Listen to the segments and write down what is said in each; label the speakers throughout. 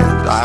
Speaker 1: I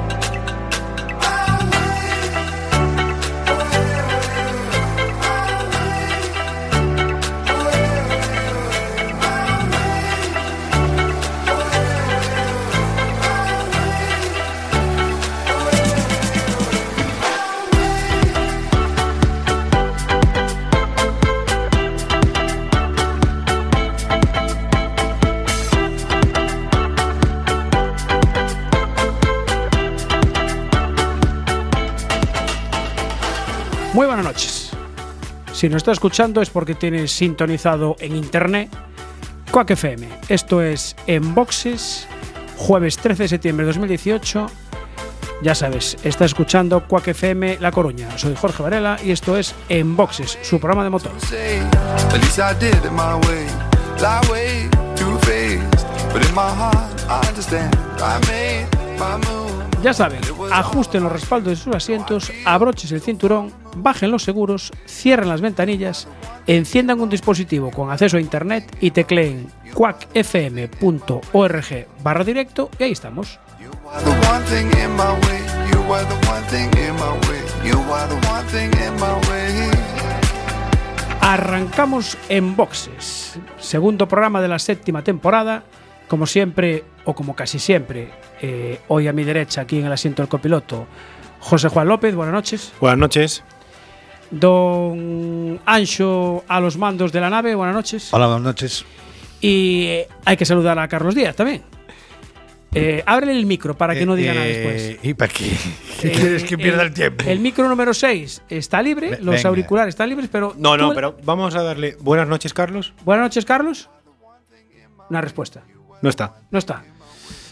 Speaker 2: Muy buenas noches. Si nos está escuchando es porque tienes sintonizado en internet Quack FM. Esto es En Boxes, jueves 13 de septiembre de 2018. Ya sabes, está escuchando Quack FM La Coruña. Soy Jorge Varela y esto es En Boxes, su programa de motor.
Speaker 1: say. At least I did it my way. Lie way too faced. But in my heart, I understand. I made my move.
Speaker 2: Ya saben, ajusten los respaldos de sus asientos, abroches el cinturón, bajen los seguros, cierren las ventanillas, enciendan un dispositivo con acceso a internet y tecleen quackfm.org barra directo y ahí estamos.
Speaker 1: You are the one thing in my way. You are the one thing in my way. You are the one thing in my way.
Speaker 2: Arrancamos en boxes, segundo programa de la séptima temporada. Como siempre, o como casi siempre, eh, hoy a mi derecha, aquí en el asiento del copiloto, José Juan López, buenas noches.
Speaker 3: Buenas noches.
Speaker 2: Don Ancho a los mandos de la nave, buenas noches.
Speaker 4: Hola, buenas noches.
Speaker 2: Y eh, hay que saludar a Carlos Díaz también. Eh, ábrele el micro para que no diga nada después.
Speaker 4: Eh, ¿Y para qué? ¿Qué
Speaker 2: Eh,
Speaker 4: quieres que pierda el, tiempo?
Speaker 2: El micro número 6 está libre,
Speaker 4: Ve-
Speaker 2: los
Speaker 4: venga.
Speaker 2: auriculares están libres, pero.
Speaker 3: No, no,
Speaker 2: tú-
Speaker 3: pero vamos a darle buenas noches, Carlos.
Speaker 2: Buenas noches, Carlos. Una respuesta.
Speaker 3: No está.
Speaker 2: No está.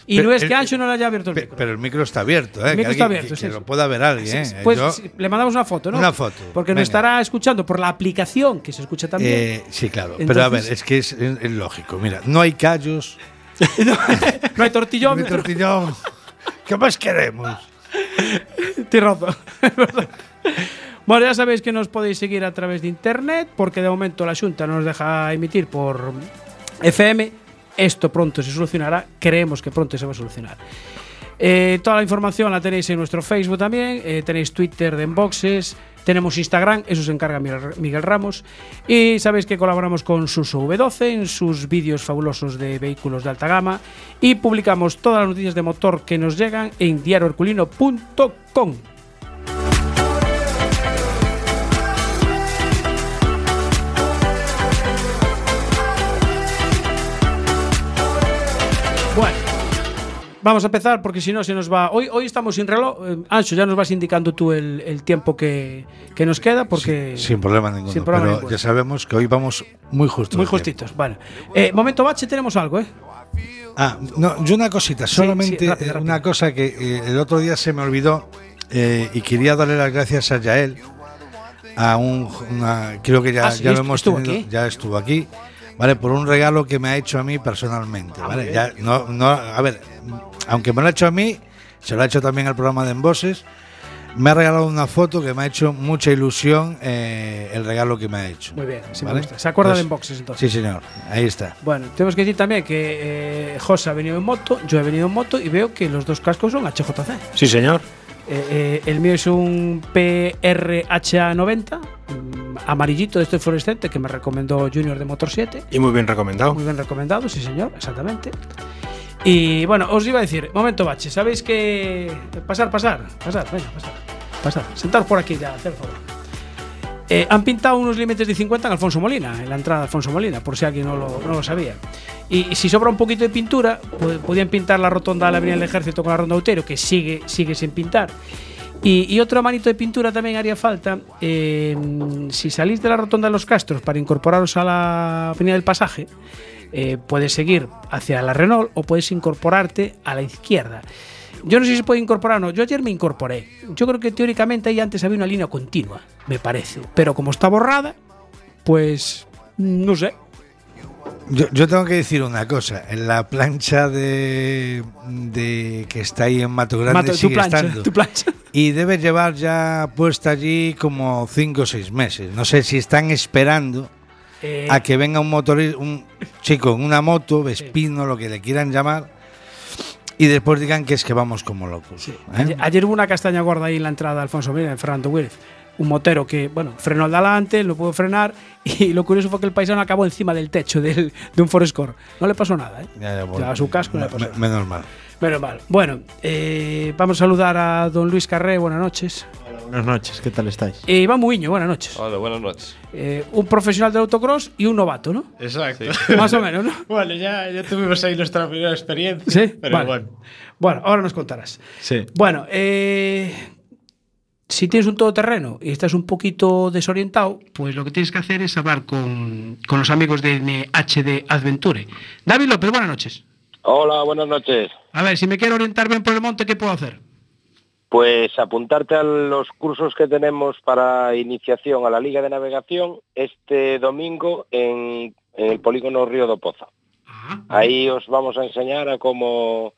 Speaker 2: Y
Speaker 4: Pero
Speaker 2: no es
Speaker 4: el-
Speaker 2: que Ancho no le haya abierto el
Speaker 4: Pe-
Speaker 2: micro.
Speaker 4: pero el micro está abierto, ¿eh?
Speaker 2: El micro
Speaker 4: que
Speaker 2: está
Speaker 4: alguien-
Speaker 2: abierto,
Speaker 4: que-
Speaker 2: sí,
Speaker 4: que
Speaker 2: sí.
Speaker 4: lo pueda ver alguien,
Speaker 2: Sí, sí,
Speaker 4: ¿eh?
Speaker 2: pues
Speaker 4: Yo-
Speaker 2: sí, le mandamos una foto, ¿no?
Speaker 4: Una foto,
Speaker 2: Porque no
Speaker 4: venga.
Speaker 2: estará escuchando por la aplicación que se escucha también.
Speaker 4: Eh, sí, claro. pero a ver,
Speaker 2: Entonces-
Speaker 4: es que es, es- es lógico. Mira, no hay callos,
Speaker 2: no hay tortillón.
Speaker 4: no hay tortillón. ¿Qué más queremos?
Speaker 2: Tienes razón, es verdad. Bueno, ya sabéis que nos podéis seguir a través de internet, porque de momento la Junta no nos deja emitir por FM. Esto pronto se solucionará, creemos que pronto se va a solucionar. Eh, toda la información la tenéis en nuestro Facebook también, eh, tenéis Twitter de Enboxes, tenemos Instagram, eso se encarga Miguel Miguel Ramos. Y sabéis que colaboramos con Suso V12 en sus vídeos fabulosos de vehículos de alta gama y publicamos todas las noticias de motor que nos llegan en diarioherculino.com. Bueno, vamos a empezar porque si no se nos va. Hoy, hoy estamos sin reloj. Eh, Ancho, ya nos vas indicando tú el, el tiempo que, que nos queda porque.
Speaker 4: Sin, sin problema ninguno.
Speaker 2: sin problema
Speaker 4: pero
Speaker 2: ninguno.
Speaker 4: ya sabemos que hoy vamos muy justos.
Speaker 2: Muy
Speaker 4: de
Speaker 2: justitos. Bueno, Eh, momento bache, tenemos algo, ¿eh?
Speaker 4: tiempo. Ah, no, yo una cosita, solamente
Speaker 2: sí, rápido,
Speaker 4: eh,
Speaker 2: rápido.
Speaker 4: una cosa que eh, el otro día se me olvidó eh, y quería darle las gracias a Yael. a un una- creo que ya,
Speaker 2: Ah, sí,
Speaker 4: ya lo
Speaker 2: estu-
Speaker 4: hemos
Speaker 2: estuvo
Speaker 4: tenido-
Speaker 2: aquí.
Speaker 4: ya estuvo aquí vale por un regalo que me ha hecho a mí personalmente vale ya, no, no a ver aunque me lo ha hecho a mí se lo ha hecho también al programa de Envoces me ha regalado una foto que me ha hecho mucha ilusión eh, el regalo que me ha hecho
Speaker 2: Muy bien, sí me
Speaker 4: ¿vale?
Speaker 2: gusta. Se acuerda de Enboxes, entonces.
Speaker 4: sí señor ahí está
Speaker 2: Bueno, tenemos que decir también que eh, José ha venido en moto, yo he venido en moto y veo que los dos cascos son HJC. Eh,
Speaker 3: Sí, señor.
Speaker 2: eh, el mío es un PRHA90, mm, amarillito de este fluorescente que me recomendó Junior de Motor 7.
Speaker 3: Y muy bien recomendado.
Speaker 2: Muy bien recomendado, sí señor, exactamente. Y bueno, os iba a decir, momento bache, sabéis que... Pasar, pasar, pasar, venga, pasar. Pasar, sentar por aquí ya, hacer favor. Eh, han pintado unos límites de 50 en Alfonso Molina, en la entrada de Alfonso Molina, por si alguien no lo, no lo sabía. Y, y si sobra un poquito de pintura, pu- podían pintar la rotonda de la Avenida del Ejército con la Ronda Utero, que sigue, sigue sin pintar. Y, y otro manito de pintura también haría falta. eh, si salís de la rotonda de los Castros para incorporaros a la Avenida del Pasaje, eh, puedes seguir hacia la Renault o puedes incorporarte a la izquierda. Yo no sé si se puede incorporar o no. Yo ayer me incorporé. Yo creo que teóricamente ahí antes había una línea continua, me parece. Pero como está borrada, pues no sé.
Speaker 4: Yo, yo tengo que decir una cosa. En la plancha de, de- que está ahí en Mato Grande
Speaker 2: Mato, tu
Speaker 4: sigue
Speaker 2: plancha,
Speaker 4: estando.
Speaker 2: tu plancha.
Speaker 4: Y debe llevar ya puesta allí como 5 o 6 meses. No sé si están esperando
Speaker 2: Eh,
Speaker 4: a que venga un motorista, un chico en una moto, vespino, lo que le quieran llamar, y después digan que es que vamos como locos. ¿eh?
Speaker 2: Ayer, ayer hubo una castaña gorda ahí en la entrada de Alfonso Mira, en Fernando Wilf. Un motero que, bueno, frenó al de delante, lo pudo frenar y lo curioso fue que el paisano acabó encima del techo del, de un Forescore. No le pasó nada, ¿eh?
Speaker 4: Ya, ya,
Speaker 2: a su casco no le
Speaker 4: me-
Speaker 2: pasó nada.
Speaker 4: me- menos mal.
Speaker 2: Menos mal. Bueno, eh, vamos a saludar a don Luis Carré, buenas noches.
Speaker 5: Buenas noches, ¿qué tal estáis?
Speaker 2: E Iván Muiño, buenas noches.
Speaker 6: Hola, buenas noches.
Speaker 2: Eh, un profesional del autocross y un novato, ¿no?
Speaker 7: Exacto.
Speaker 2: Más o menos, ¿no?
Speaker 7: Bueno, ya, ya tuvimos ahí nuestra primera experiencia.
Speaker 2: Sí,
Speaker 7: Pero
Speaker 2: vale.
Speaker 7: bueno.
Speaker 2: Bueno, ahora nos contarás.
Speaker 5: Sí.
Speaker 2: Bueno, eh, si tienes un todoterreno y estás un poquito desorientado, pues lo que tienes que hacer es hablar con, con los amigos de NHD Adventure. David López, buenas noches.
Speaker 8: Hola, buenas noches.
Speaker 2: A ver, si me quiero orientar bien por el monte, ¿qué puedo hacer?
Speaker 8: Pues apuntarte a los cursos que tenemos para iniciación a la Liga de Navegación este domingo en, en el Polígono Río do Poza. Ahí os vamos a enseñar a cómo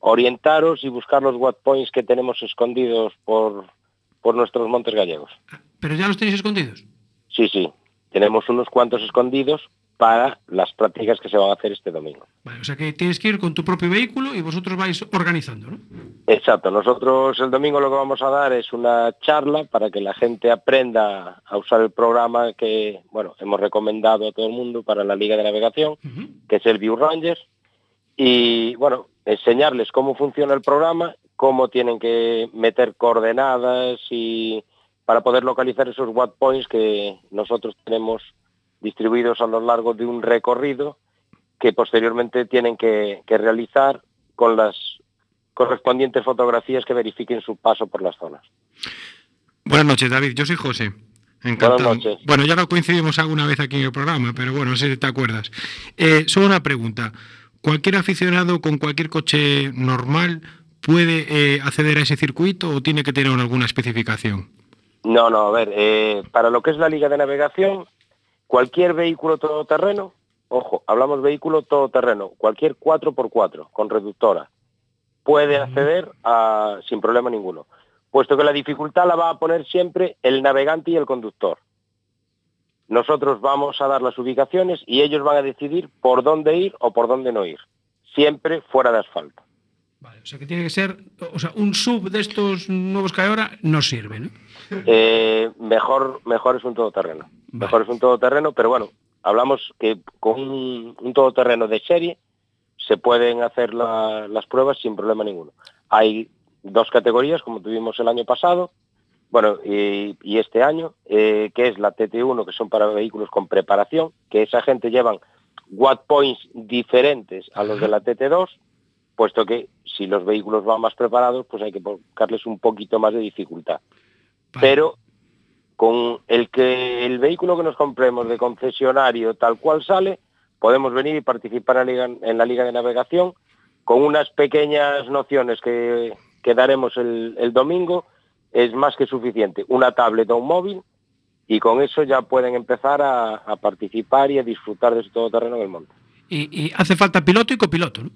Speaker 8: orientaros y buscar los what points que tenemos escondidos por, por nuestros montes gallegos.
Speaker 2: Pero ya los tenéis escondidos.
Speaker 8: Sí, sí, tenemos unos cuantos escondidos para las prácticas que se van a hacer este domingo.
Speaker 2: Vale, o sea que tienes que ir con tu propio vehículo y vosotros vais organizando, ¿no?
Speaker 8: Exacto, nosotros el domingo lo que vamos a dar es una charla para que la gente aprenda a usar el programa que, bueno, hemos recomendado a todo el mundo para la Liga de Navegación, que es el View Rangers, y bueno, enseñarles cómo funciona el programa, cómo tienen que meter coordenadas y para poder localizar esos watt points que nosotros tenemos distribuidos a lo largo de un recorrido que posteriormente tienen que- que realizar con las correspondientes fotografías que verifiquen su paso por las zonas.
Speaker 9: Buenas noches, David. Yo soy José. Encantado.
Speaker 8: Buenas noches.
Speaker 9: Bueno, ya lo coincidimos alguna vez aquí en el programa, pero bueno, no sé si te acuerdas. Eh, solo una pregunta. ¿Cualquier aficionado con cualquier coche normal puede eh, acceder a ese circuito o tiene que tener alguna especificación?
Speaker 8: No, no, a ver, eh, para lo que es la liga de navegación, cualquier vehículo todoterreno, ojo, hablamos vehículo todoterreno, cualquier 4x4 con reductora, puede acceder a, sin problema ninguno, puesto que la dificultad la va a poner siempre el navegante y el conductor. Nosotros vamos a dar las ubicaciones y ellos van a decidir por dónde ir o por dónde no ir, siempre fuera de asfalto.
Speaker 2: Vale, o sea que tiene que ser, o sea, un sub de estos nuevos que hay ahora no sirve, ¿no?
Speaker 8: Eh, mejor, mejor es un todoterreno. Mejor es un todoterreno, pero bueno, hablamos que con un, un todoterreno de serie se pueden hacer la- las pruebas sin problema ninguno. Hay dos categorías, como tuvimos el año pasado, bueno, y, y este año, eh, que es la TT1, que son para vehículos con preparación, que esa gente llevan watt points diferentes a los de la TT2, puesto que si los vehículos van más preparados, pues hay que buscarles un poquito más de dificultad
Speaker 2: Vale.
Speaker 8: pero con el que el vehículo que nos compremos de concesionario tal cual sale, podemos venir y participar en la liga, en la liga de navegación con unas pequeñas nociones que, que daremos el, el domingo, es más que suficiente. Una tablet o un móvil y con eso ya pueden empezar a, a participar y a disfrutar de su todoterreno en el monte.
Speaker 2: Y, y hace falta piloto y copiloto, ¿no?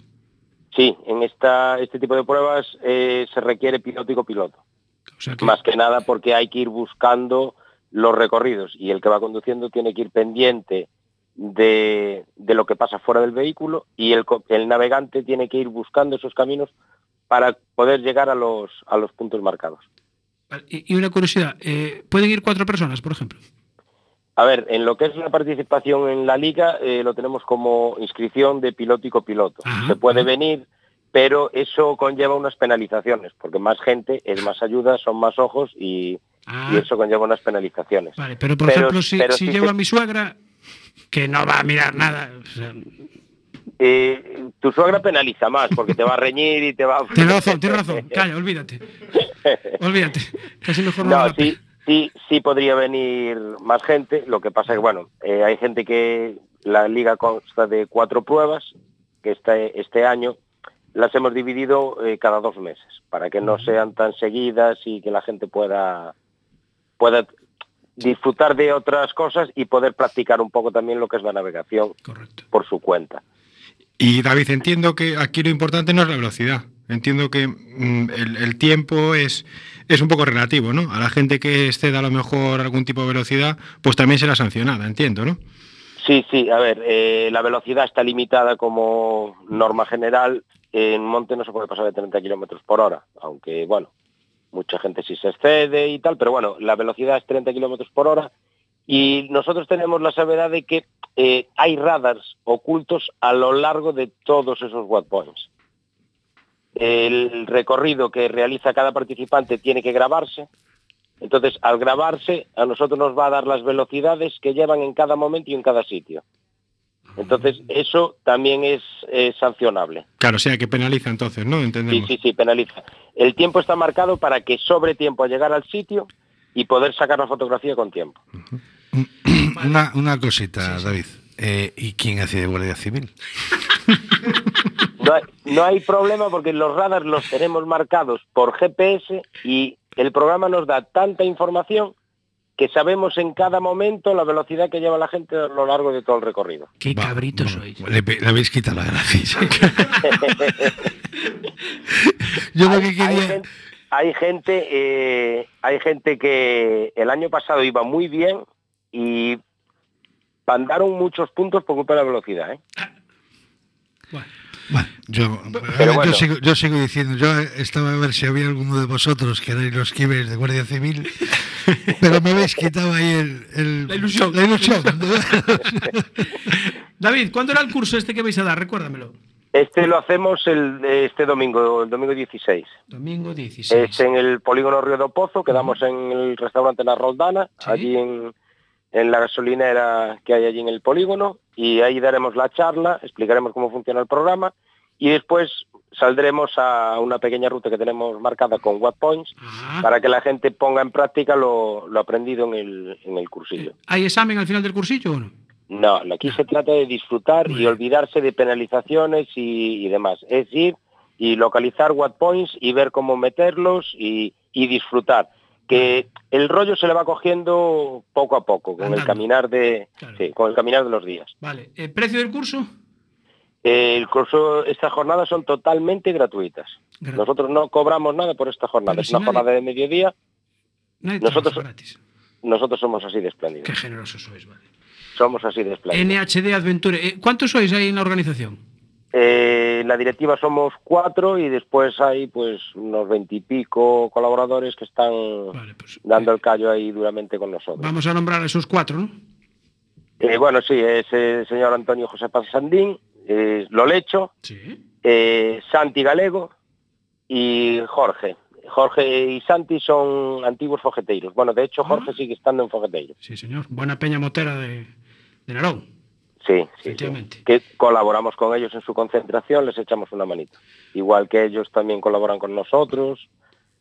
Speaker 8: Sí, en esta, este tipo de pruebas eh, se requiere piloto y copiloto.
Speaker 2: O sea que,
Speaker 8: Más que nada porque hay que ir buscando los recorridos y el que va conduciendo tiene que ir pendiente de, de lo que pasa fuera del vehículo y el, co- el navegante tiene que ir buscando esos caminos para poder llegar a los, a los puntos marcados.
Speaker 2: Vale, y, y una curiosidad, eh, ¿pueden ir cuatro personas, por ejemplo?
Speaker 8: A ver, en lo que es la participación en la liga eh, lo tenemos como inscripción de piloto y copiloto.
Speaker 2: Ajá,
Speaker 8: Se puede
Speaker 2: ajá.
Speaker 8: venir, pero eso conlleva unas penalizaciones porque más gente es más ayuda, son más ojos y,
Speaker 2: Ah,
Speaker 8: y eso conlleva unas penalizaciones.
Speaker 2: vale, pero por
Speaker 8: pero-
Speaker 2: ejemplo, si,
Speaker 8: pero
Speaker 2: si
Speaker 8: sí
Speaker 2: llevo
Speaker 8: que-
Speaker 2: a mi suegra, que no va a mirar nada, o sea,
Speaker 8: Eh, tu suegra penaliza más porque te va a reñir y te va a...
Speaker 2: tienes razón, tienes razón, calla, olvídate, olvídate, Pues casi mejor no,
Speaker 8: No,
Speaker 2: vale la
Speaker 8: sí,
Speaker 2: pena.
Speaker 8: sí, sí podría venir más gente. Lo que pasa es que, bueno, eh, hay gente que la liga consta de cuatro pruebas, que este, este año las hemos dividido eh, cada dos meses, para que no sean tan seguidas y que la gente pueda, pueda disfrutar de otras cosas y poder practicar un poco también lo que es la navegación
Speaker 9: Correcto.
Speaker 8: por su cuenta.
Speaker 9: Y David, entiendo que aquí lo importante no es la velocidad. Entiendo que mm, el, el tiempo es, es un poco relativo, ¿no? A la gente que exceda a lo mejor algún tipo de velocidad, pues también será sancionada, entiendo, ¿no?
Speaker 8: Sí, sí, a ver, eh, la velocidad está limitada como norma general. En monte no se puede pasar de 30 kilómetros por hora, aunque, bueno, mucha gente sí se excede y tal, pero bueno, la velocidad es 30 kilómetros por hora y nosotros tenemos la salvedad de que eh, hay radars ocultos a lo largo de todos esos waypoints. points. El recorrido que realiza cada participante tiene que grabarse, entonces, al grabarse, a nosotros nos va a dar las velocidades que llevan en cada momento y en cada sitio. Entonces, eso también es eh, sancionable.
Speaker 9: Claro, o sea que penaliza entonces, ¿no?
Speaker 8: Sí,
Speaker 9: Entendemos.
Speaker 8: sí, sí, penaliza. El tiempo está marcado para que sobre tiempo a llegar al sitio y poder sacar la fotografía con tiempo.
Speaker 4: Una, una cosita, David. Eh, ¿Y quién hacía de guardia civil?
Speaker 8: No hay, no hay problema porque los radars los tenemos marcados por GPS y el programa nos da tanta información que sabemos en cada momento la velocidad que lleva la gente a lo largo de todo el recorrido.
Speaker 6: Qué
Speaker 4: Va,
Speaker 6: cabritos
Speaker 4: bueno,
Speaker 6: sois.
Speaker 4: Le, pe- le habéis quitado la gracia. Yo lo
Speaker 8: hay,
Speaker 4: que
Speaker 8: hay
Speaker 4: quería...
Speaker 8: gen- hay gente, eh, hay gente que el año pasado iba muy bien y mandaron muchos puntos por culpa de la velocidad. ¿eh?
Speaker 4: Bueno, yo,
Speaker 8: Pero
Speaker 4: yo,
Speaker 8: bueno.
Speaker 4: sigo, yo sigo diciendo, yo estaba a ver si había alguno de vosotros que erais los kibers de Guardia Civil, pero me habéis quitado ahí el, el-
Speaker 2: La ilusión.
Speaker 4: La ilusión.
Speaker 2: David, ¿cuándo era el curso este que vais a dar? Recuérdamelo.
Speaker 8: Este lo hacemos el, este domingo, el domingo 16.
Speaker 2: Domingo 16.
Speaker 8: Es en el polígono Río do Pozo, quedamos en el restaurante La Roldana,
Speaker 2: Sí.
Speaker 8: allí en, en la gasolinera que hay allí en el polígono, y ahí daremos la charla, explicaremos cómo funciona el programa, y después saldremos a una pequeña ruta que tenemos marcada con Watt Points
Speaker 2: Ah.
Speaker 8: para que la gente ponga en práctica lo, lo aprendido en el, en el cursillo.
Speaker 2: ¿Hay examen al final del cursillo o no?
Speaker 8: No, aquí se trata de disfrutar y olvidarse de penalizaciones y, y demás. Es ir y localizar what points y ver cómo meterlos y, y disfrutar. Que el rollo se le va cogiendo poco a poco con el
Speaker 2: Andando.
Speaker 8: caminar de
Speaker 2: Claro.
Speaker 8: sí, con el caminar de los días.
Speaker 2: Vale. ¿El precio del curso?
Speaker 8: El curso, estas jornadas son totalmente gratuitas.
Speaker 2: Gra-
Speaker 8: Nosotros no cobramos nada por esta jornada.
Speaker 2: Pero
Speaker 8: Es
Speaker 2: si
Speaker 8: una
Speaker 2: nadie-
Speaker 8: jornada de mediodía.
Speaker 2: Nadie
Speaker 8: Nosotros-
Speaker 2: trabaja gratis.
Speaker 8: Nosotros somos así de
Speaker 2: Qué
Speaker 8: espléndidos.
Speaker 2: generosos sois, vale.
Speaker 8: Somos así de espléndidos.
Speaker 2: NHD Adventure. Eh, ¿Cuántos sois ahí en la organización?
Speaker 8: Eh, en la directiva somos cuatro y después hay pues unos veintipico colaboradores que están
Speaker 2: Vale, pues.
Speaker 8: dando
Speaker 2: eh,
Speaker 8: el callo ahí duramente con nosotros.
Speaker 2: Vamos a nombrar a esos cuatro, ¿no?
Speaker 8: Eh, bueno, sí, es el señor Antonio José Paz Sandín, eh, Lolecho,
Speaker 2: Sí.
Speaker 8: eh, Santi Galego y Jorge. Jorge y Santi son antiguos fogeteiros. Bueno, de
Speaker 2: Ah.
Speaker 8: hecho Jorge sigue estando en fogeteiro.
Speaker 2: Sí, señor. Buena peña motera de, de Narón.
Speaker 8: Sí, sí, sí,
Speaker 2: Efectivamente.
Speaker 8: que colaboramos con ellos en su concentración, les echamos una manita. Igual que ellos también colaboran con nosotros.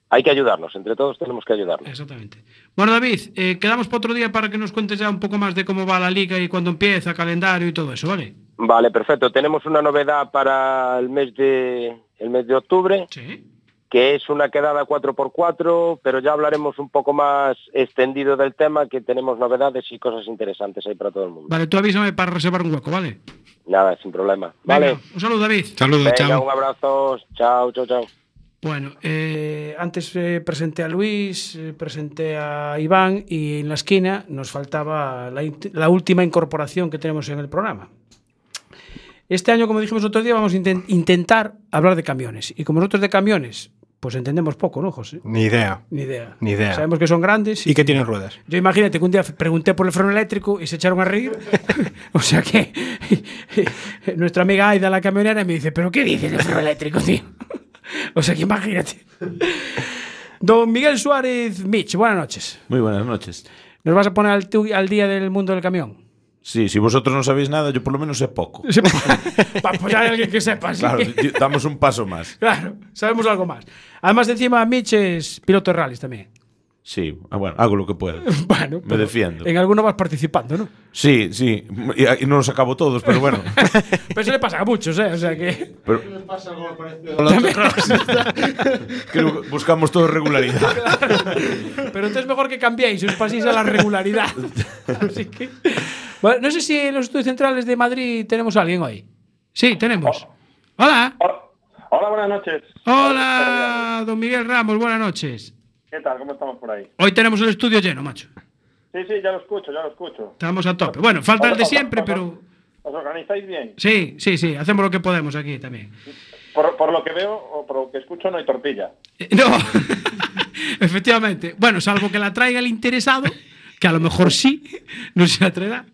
Speaker 8: Hay que ayudarnos, entre todos tenemos que ayudarnos.
Speaker 2: Exactamente. Bueno, David, eh, quedamos para otro día para que nos cuentes ya un poco más de cómo va la liga y cuándo empieza, calendario y todo eso, ¿vale?
Speaker 8: Vale, perfecto. Tenemos una novedad para el mes de el mes de octubre,
Speaker 2: Sí.
Speaker 8: que es una quedada 4x4, pero ya hablaremos un poco más extendido del tema, que tenemos novedades y cosas interesantes ahí para todo el mundo.
Speaker 2: Vale, tú avísame para reservar un hueco, ¿vale?
Speaker 8: Nada, sin problema. Vale.
Speaker 2: Venga, un saludo, David.
Speaker 9: Saludos,
Speaker 8: Venga,
Speaker 9: chao.
Speaker 8: un abrazo. Chao, chao, chao.
Speaker 2: Bueno, eh, antes eh, presenté a Luis, eh, presenté a Iván y en la esquina nos faltaba la, int- la última incorporación que tenemos en el programa. Este año, como dijimos otro día, vamos a inten- intentar hablar de camiones. Y como nosotros de camiones, pues entendemos poco, ¿no, José?
Speaker 3: Ni idea.
Speaker 2: Ni idea.
Speaker 3: Ni idea.
Speaker 2: Sabemos que son grandes.
Speaker 3: ¿Y que tienen ruedas?
Speaker 2: Yo imagínate que un día pregunté por el freno eléctrico y se echaron a reír. o sea que nuestra amiga Aida, la camionera, me dice, ¿pero qué dices del freno eléctrico, tío? o sea que imagínate. Don Miguel Suárez Mitch, buenas noches.
Speaker 5: Muy buenas noches.
Speaker 2: ¿Nos vas a poner al, tu- al día del mundo del camión?
Speaker 5: Sí, si vosotros no sabéis nada, yo por lo menos sé poco.
Speaker 2: Para apoyar a pues alguien que sepa. así
Speaker 5: Claro,
Speaker 2: que-
Speaker 5: yo- damos un paso más.
Speaker 2: claro, sabemos algo más. Además, encima, Mitch es piloto de rallies también.
Speaker 5: Sí, ah, bueno, hago lo que puedo.
Speaker 2: Bueno,
Speaker 5: Me
Speaker 2: pero
Speaker 5: defiendo.
Speaker 2: En alguno vas participando, ¿no?
Speaker 5: Sí, sí. Y, y no los acabo todos, pero bueno.
Speaker 2: Pero eso le pasa a muchos, ¿eh? O sea que.
Speaker 5: Pero- Creo que buscamos todos regularidad.
Speaker 2: Pero entonces mejor que cambiéis, os paséis a la regularidad. Así que. Bueno, no sé si en los estudios centrales de Madrid tenemos a alguien hoy. Sí, tenemos. Hola.
Speaker 8: Hola, buenas noches.
Speaker 2: Hola, don Miguel Ramos, buenas noches.
Speaker 8: ¿Qué tal? ¿Cómo estamos por ahí?
Speaker 2: Hoy tenemos el estudio lleno, macho.
Speaker 8: Sí, sí, ya lo escucho, ya lo escucho.
Speaker 2: Estamos a tope. Bueno, falta el de siempre, pero.
Speaker 8: ¿Os organizáis bien?
Speaker 2: Sí, sí, sí, hacemos lo que podemos aquí también.
Speaker 8: Por, por lo que veo o por lo que escucho, no hay tortilla.
Speaker 2: Eh, No, efectivamente. Bueno, salvo que la traiga el interesado, que a lo mejor sí, no se la traerá.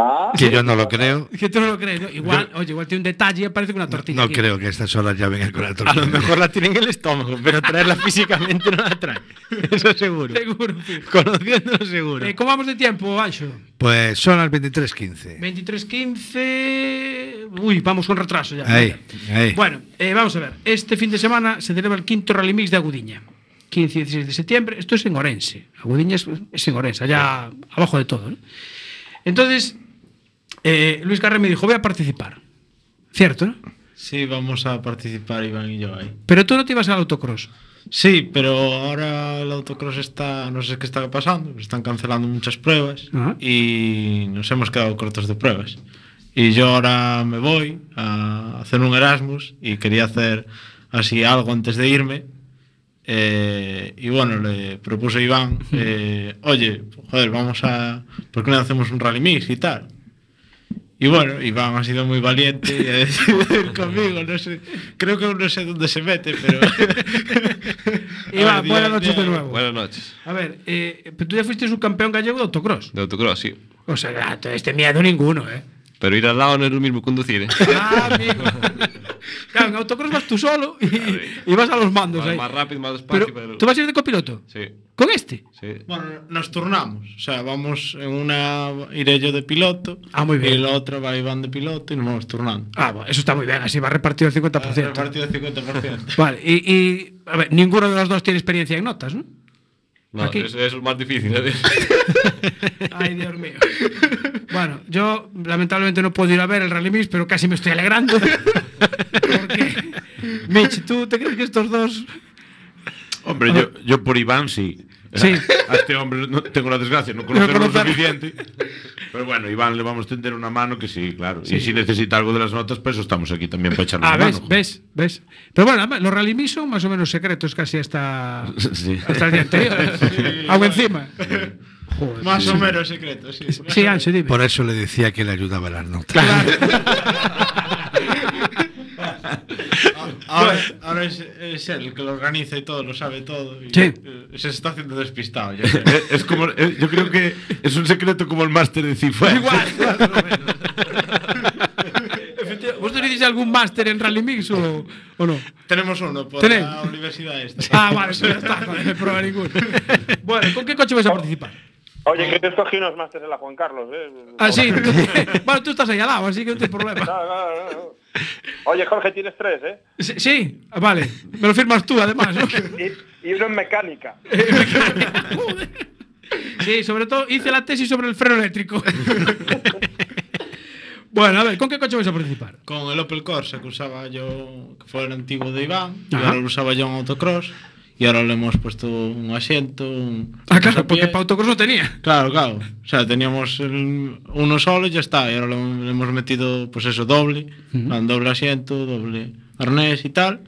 Speaker 8: Ah,
Speaker 4: Que yo no lo creo.
Speaker 2: Que tú no lo crees, ¿no? Igual, oye, igual tiene un detalle y aparece con una tortilla.
Speaker 4: No
Speaker 2: aquí.
Speaker 4: creo que a estas horas ya venga con la
Speaker 9: A lo
Speaker 4: tortilla.
Speaker 9: mejor la tienen en el estómago, pero traerla físicamente no la traen. Eso seguro.
Speaker 2: Seguro, fijo.
Speaker 9: Conociéndolo seguro.
Speaker 2: Eh, ¿Cómo vamos de tiempo, Ancho?
Speaker 4: Pues son las 23.15.
Speaker 2: 23.15. Uy, vamos con retraso ya.
Speaker 4: Ahí, ahí.
Speaker 2: Bueno, eh, vamos a ver. Este fin de semana se celebra el quinto Rally Mix de Agudiña. 15 y 16 de septiembre. Esto es en Orense. Agudiña es, es en Orense, allá abajo de todo. ¿no? Entonces, eh, Luis Carré me dijo, voy a participar. ¿Cierto? ¿no?
Speaker 7: Sí, vamos a participar Iván y yo ahí.
Speaker 2: Pero tú no te ibas al autocross.
Speaker 7: Sí, pero ahora el autocross está, no sé qué está pasando, están cancelando muchas pruebas
Speaker 2: Ajá.
Speaker 7: y nos hemos quedado cortos de pruebas. Y yo ahora me voy a hacer un Erasmus y quería hacer así algo antes de irme. Eh, y bueno, le propuse a Iván, eh, oye, joder, vamos a, ¿por qué no hacemos un rally mix y tal? Y bueno, Iván ha sido muy valiente y ha decidido ir conmigo. No sé, creo que aún no sé dónde se mete, pero.
Speaker 2: Iván,
Speaker 7: A ver, día-
Speaker 2: buenas noches
Speaker 7: día-
Speaker 2: de nuevo.
Speaker 6: Buenas noches.
Speaker 2: A ver, eh, pero tú ya fuiste subcampeón gallego de autocross.
Speaker 6: De autocross, sí.
Speaker 2: O sea, ah, tú este miedo ninguno, ¿eh?
Speaker 6: Pero ir al lado no es lo mismo que conducir, ¿eh?
Speaker 2: Ah, amigo. Claro, en autocross vas tú solo y, y vas a los mandos
Speaker 6: Más,
Speaker 2: ahí.
Speaker 6: más rápido, más despacio,
Speaker 2: Pero,
Speaker 6: pero-
Speaker 2: ¿Tú vas a ir de copiloto?
Speaker 6: Sí,
Speaker 2: ¿Con este?
Speaker 6: sí.
Speaker 7: Bueno, nos turnamos. O sea, vamos en una. Iré yo de piloto.
Speaker 2: Ah, muy bien.
Speaker 7: Y la otra va Iván de piloto y nos vamos turnando.
Speaker 2: Ah, bueno, eso está muy bien, así va repartido el 50%.
Speaker 7: Repartido 50%.
Speaker 2: Vale, y, y, a ver, ninguno de los dos tiene experiencia en notas, ¿no?
Speaker 6: No,
Speaker 2: Aquí.
Speaker 6: eso, eso es más difícil, ¿eh?
Speaker 2: Ay, Dios mío. Bueno, yo lamentablemente no puedo ir a ver el Rally Mix, pero casi me estoy alegrando. Porque, Mitch, ¿tú te crees que estos dos
Speaker 5: Hombre, yo, yo por Iván sí.
Speaker 2: Sí.
Speaker 5: A este hombre no, tengo la desgracia, no conocerlo lo
Speaker 2: conocer-
Speaker 5: suficiente. Pero bueno, Iván le vamos a tender una mano que sí, claro. Y si necesita algo de las notas, pues eso estamos aquí también para echarle
Speaker 2: Ah,
Speaker 5: una
Speaker 2: ves,
Speaker 5: mano.
Speaker 2: ves, ves. Pero bueno, además, los Rally Mix son más o menos secretos casi hasta,
Speaker 5: Sí.
Speaker 2: hasta el día anterior. ¿eh? Agua encima.
Speaker 7: Más o menos secreto, sí.
Speaker 2: Sí, Ancho, dime.
Speaker 4: Por eso le decía que le ayudaba las notas.
Speaker 7: Ahora, ahora es, es él que lo organiza y todo, lo sabe todo. y,
Speaker 2: Sí.
Speaker 7: eh, Se está haciendo despistado ya.
Speaker 5: Eh, Es como, eh, yo creo que es un secreto como el máster de Cifuentes.
Speaker 2: Efectivamente, ¿Vosotros tenéis algún máster en Rally Mix o, o no?
Speaker 7: Tenemos uno por
Speaker 2: ¿Tenéis?
Speaker 7: la universidad esta.
Speaker 2: Ah, vale, eso ya está, joder, no he probado ninguno. Bueno, ¿con qué coche vais a participar?
Speaker 8: Oye, que te escogí unos másteres de la Juan Carlos, ¿eh?
Speaker 2: Ah, sí. tú- bueno, tú estás ahí al lado, así que no hay problema.
Speaker 8: No,
Speaker 2: Ah,
Speaker 8: no, no, no. Oye, Jorge, tienes tres, ¿eh?
Speaker 2: Sí, sí, ah, vale. Me lo firmas tú, además. ¿no?
Speaker 8: Y, y uno en mecánica.
Speaker 2: Sí, sobre todo hice la tesis sobre el freno eléctrico. Bueno, a ver, ¿con qué coche vais a participar?
Speaker 7: Con el Opel Corsa que usaba yo, que fue el antiguo de Iván, y
Speaker 2: Ajá.
Speaker 7: ahora lo usaba yo en autocross, y ahora le hemos puesto un asiento, un.
Speaker 2: Ah, claro,
Speaker 7: posapiés.
Speaker 2: porque para autocross no tenía.
Speaker 7: Claro, claro. O sea, teníamos el- uno solo y ya está. Y ahora lo- le hemos metido, pues eso, doble. plan, Doble asiento, doble arnés y tal.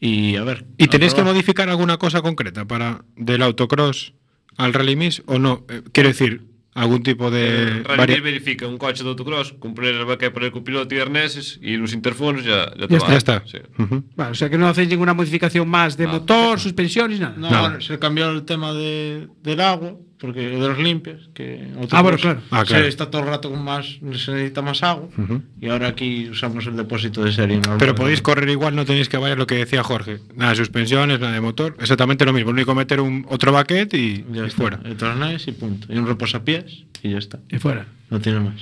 Speaker 7: Y a ver.
Speaker 9: ¿Y
Speaker 7: a
Speaker 9: tenéis que
Speaker 7: probar.
Speaker 9: modificar alguna cosa concreta para del autocross al rally mix o no? Eh, quiero decir, algún tipo de
Speaker 2: Eh,
Speaker 6: El Rally
Speaker 9: varia-
Speaker 6: Mix verifica un coche de autocross, cumplir el baque por el copiloto y arneses y los interfonos ya, ya,
Speaker 2: Ya
Speaker 6: te va.
Speaker 2: está.
Speaker 9: Ya está.
Speaker 6: Sí.
Speaker 9: Ujú.
Speaker 2: Vale, o sea que no hacéis ninguna modificación más de
Speaker 6: No.
Speaker 2: motor, suspensiones, nada.
Speaker 7: No,
Speaker 9: Nada.
Speaker 7: bueno, se cambió el tema de, del agua, porque de los limpios. Que en
Speaker 2: Ah, bueno,
Speaker 7: autocross
Speaker 2: claro.
Speaker 9: Ah,
Speaker 7: se
Speaker 9: claro.
Speaker 7: está todo el rato con más, se necesita más agua.
Speaker 9: Ujú.
Speaker 7: Y ahora aquí usamos el depósito de serie. normal.
Speaker 9: Pero podéis correr igual, no tenéis que variar lo que decía Jorge. Nada de suspensiones, nada de motor. Exactamente lo mismo. Lo único meter un, otro baquet y,
Speaker 7: Ya
Speaker 9: y
Speaker 7: está,
Speaker 9: fuera.
Speaker 7: El tornés y punto. Y un reposapiés y ya está.
Speaker 2: Y fuera.
Speaker 7: No tiene más.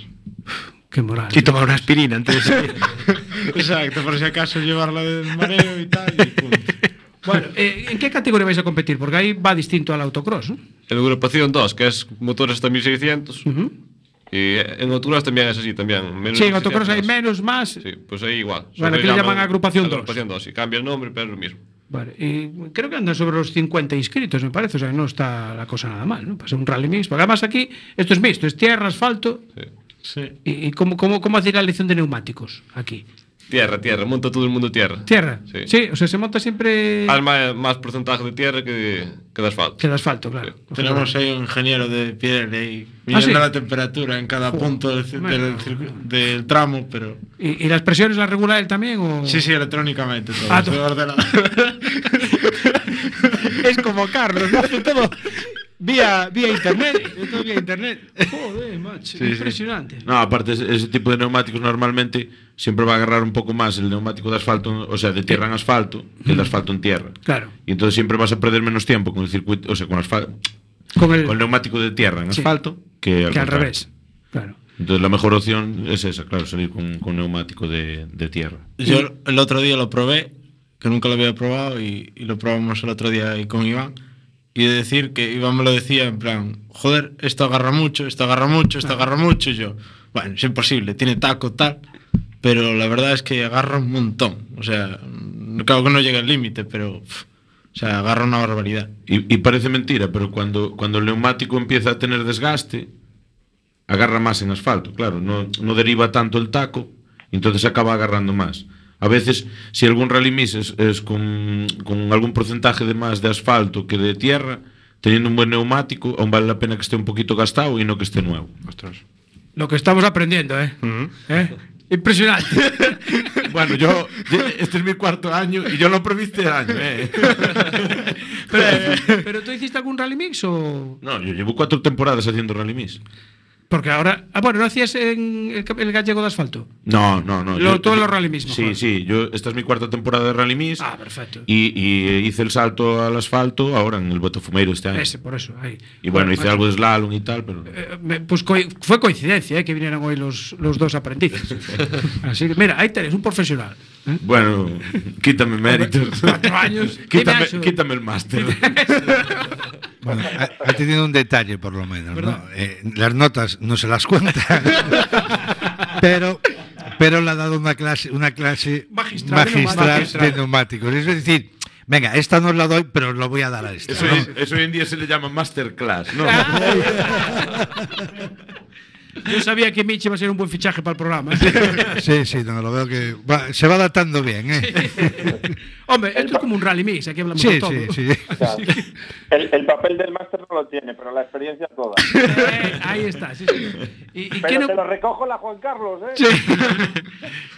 Speaker 2: Qué moral.
Speaker 9: Y tomar una aspirina antes de salir.
Speaker 7: Exacto, por si acaso llevarla del mareo y tal y punto.
Speaker 2: Bueno, eh, ¿en qué categoría vais a competir? Porque ahí va distinto al autocross, ¿no?
Speaker 6: En agrupación 2, que es motores hasta 1600.
Speaker 2: Ujú.
Speaker 6: Y en autocross también es así, también. Menos
Speaker 2: Sí, en autocross hay
Speaker 6: 1600.
Speaker 2: menos, más.
Speaker 6: Sí, pues ahí igual.
Speaker 2: Bueno,
Speaker 6: Solo
Speaker 2: aquí le llaman agrupación dos.
Speaker 6: Agrupación 2, sí. Cambia el nombre, pero es lo mismo.
Speaker 2: Vale, y creo que andan sobre los 50 inscritos, me parece. O sea, que no está la cosa nada mal, ¿no? Para ser un rally mix. Porque además aquí, esto es mixto, es tierra, asfalto.
Speaker 7: Sí.
Speaker 2: ¿Y, y cómo, cómo, cómo hacéis la elección de neumáticos aquí?
Speaker 6: Tierra, tierra, monta todo el mundo tierra.
Speaker 2: ¿Tierra?
Speaker 6: Sí.
Speaker 2: o sea, se monta siempre
Speaker 6: Hay más, más porcentaje de tierra que de, que de asfalto.
Speaker 2: que el asfalto, claro.
Speaker 7: Tenemos ahí un ingeniero de piel ahí midiendo
Speaker 2: Ah, sí?
Speaker 7: la temperatura en cada punto del, ci- del circu- del tramo, pero.
Speaker 2: ¿Y, y las presiones las regula él también? O...
Speaker 7: Sí, sí, electrónicamente todo.
Speaker 2: Ah,
Speaker 7: todo
Speaker 2: tú-
Speaker 7: ordenado.
Speaker 2: Es como Carlos, ¿no? Hace todo vía, vía internet.
Speaker 7: Yo tengo que internet.
Speaker 2: Joder, macho,
Speaker 5: sí.
Speaker 2: impresionante.
Speaker 5: No, aparte ese ese tipo de neumáticos normalmente siempre va a agarrar un poco más el neumático de asfalto, o sea, de tierra en asfalto, que el de asfalto en tierra.
Speaker 2: Mm. Claro,
Speaker 5: Y entonces siempre vas a perder menos tiempo con el circuito, o sea, con, asfal-
Speaker 2: con el,
Speaker 5: con el neumático de tierra en
Speaker 2: Sí.
Speaker 5: asfalto que al,
Speaker 2: que al
Speaker 5: contrario.
Speaker 2: revés. Claro.
Speaker 5: Entonces la mejor opción es esa, claro, salir con, con neumático de, de tierra.
Speaker 7: Yo el otro día lo probé, que nunca lo había probado, y, y lo probamos el otro día ahí con Iván. Y de decir que Iván me lo decía en plan, joder, esto agarra mucho, esto agarra mucho,
Speaker 2: Ah.
Speaker 7: esto agarra mucho. Y yo, bueno, es imposible, tiene taco, tal. Pero la verdad es que agarra un montón. O sea, no- claro que no llega al límite, pero. pff, o sea, agarra una barbaridad.
Speaker 5: Y, y parece mentira, pero cuando, cuando el neumático empieza a tener desgaste, agarra más en asfalto, claro, no, no deriva tanto el taco, y entonces acaba agarrando más. A veces, si algún rally miss es, es con, con algún porcentaje de más de asfalto que de tierra, teniendo un buen neumático, aún vale la pena que esté un poquito gastado y no que esté nuevo.
Speaker 2: Lo que estamos aprendiendo, ¿eh? ¿Eh? Impresionante.
Speaker 5: Bueno, yo, este es mi cuarto año y yo lo probé este año.
Speaker 2: eh. pero, pero tú hiciste algún rally mix o.
Speaker 5: No, yo llevo cuatro temporadas haciendo rally miss.
Speaker 2: Porque ahora. Ah, bueno, ¿no hacías en el, ca- el gallego de asfalto?
Speaker 5: No, no, no.
Speaker 2: Lo- tú en los rally miss,
Speaker 5: Sí,
Speaker 2: mejor.
Speaker 5: sí. Yo, esta es mi cuarta temporada de rally miss.
Speaker 2: Ah, perfecto.
Speaker 5: Y, y, eh, hice el salto al asfalto ahora en el Botafumeiro este año.
Speaker 2: Ese, por eso. Ahí.
Speaker 5: Y bueno, hice
Speaker 2: macho,
Speaker 5: algo de slalom y tal, pero.
Speaker 2: eh, me- Pues coi- fue coincidencia ¿eh? que vinieran hoy los, los dos aprendices. Así que, mira, ahí tenés un profesional. ¿eh?
Speaker 5: Bueno, quítame méritos.
Speaker 2: Cuatro años.
Speaker 5: quítame,
Speaker 2: Dime eso.
Speaker 5: quítame el máster.
Speaker 4: Bueno, ha, ha tenido un detalle por lo menos, ¿no? Eh, las notas no se las cuenta, pero, pero le ha dado una clase, una clase
Speaker 2: Magistral de
Speaker 4: magistral
Speaker 2: neumáticos.
Speaker 4: de neumáticos. Es decir, venga, esta no os la doy, pero os la voy a dar a esta.
Speaker 5: Eso,
Speaker 4: ¿no?
Speaker 5: hoy- eso hoy en día se le llama masterclass, ¿no?
Speaker 2: Yo sabía que Michi va a ser un buen fichaje para el programa.
Speaker 4: Sí, sí, no, lo veo que va- se va adaptando bien, ¿eh?
Speaker 2: Hombre, esto es como un rally mix, aquí hablamos de
Speaker 4: Sí,
Speaker 2: todo.
Speaker 4: sí, sí.
Speaker 8: sea, el, el papel del máster no lo tiene, pero la experiencia toda.
Speaker 2: Eh, ahí está. sí, sí. ¿Y, y qué,
Speaker 8: Pero
Speaker 2: neu-
Speaker 8: te lo recojo la Juan Carlos, ¿eh?
Speaker 2: Sí.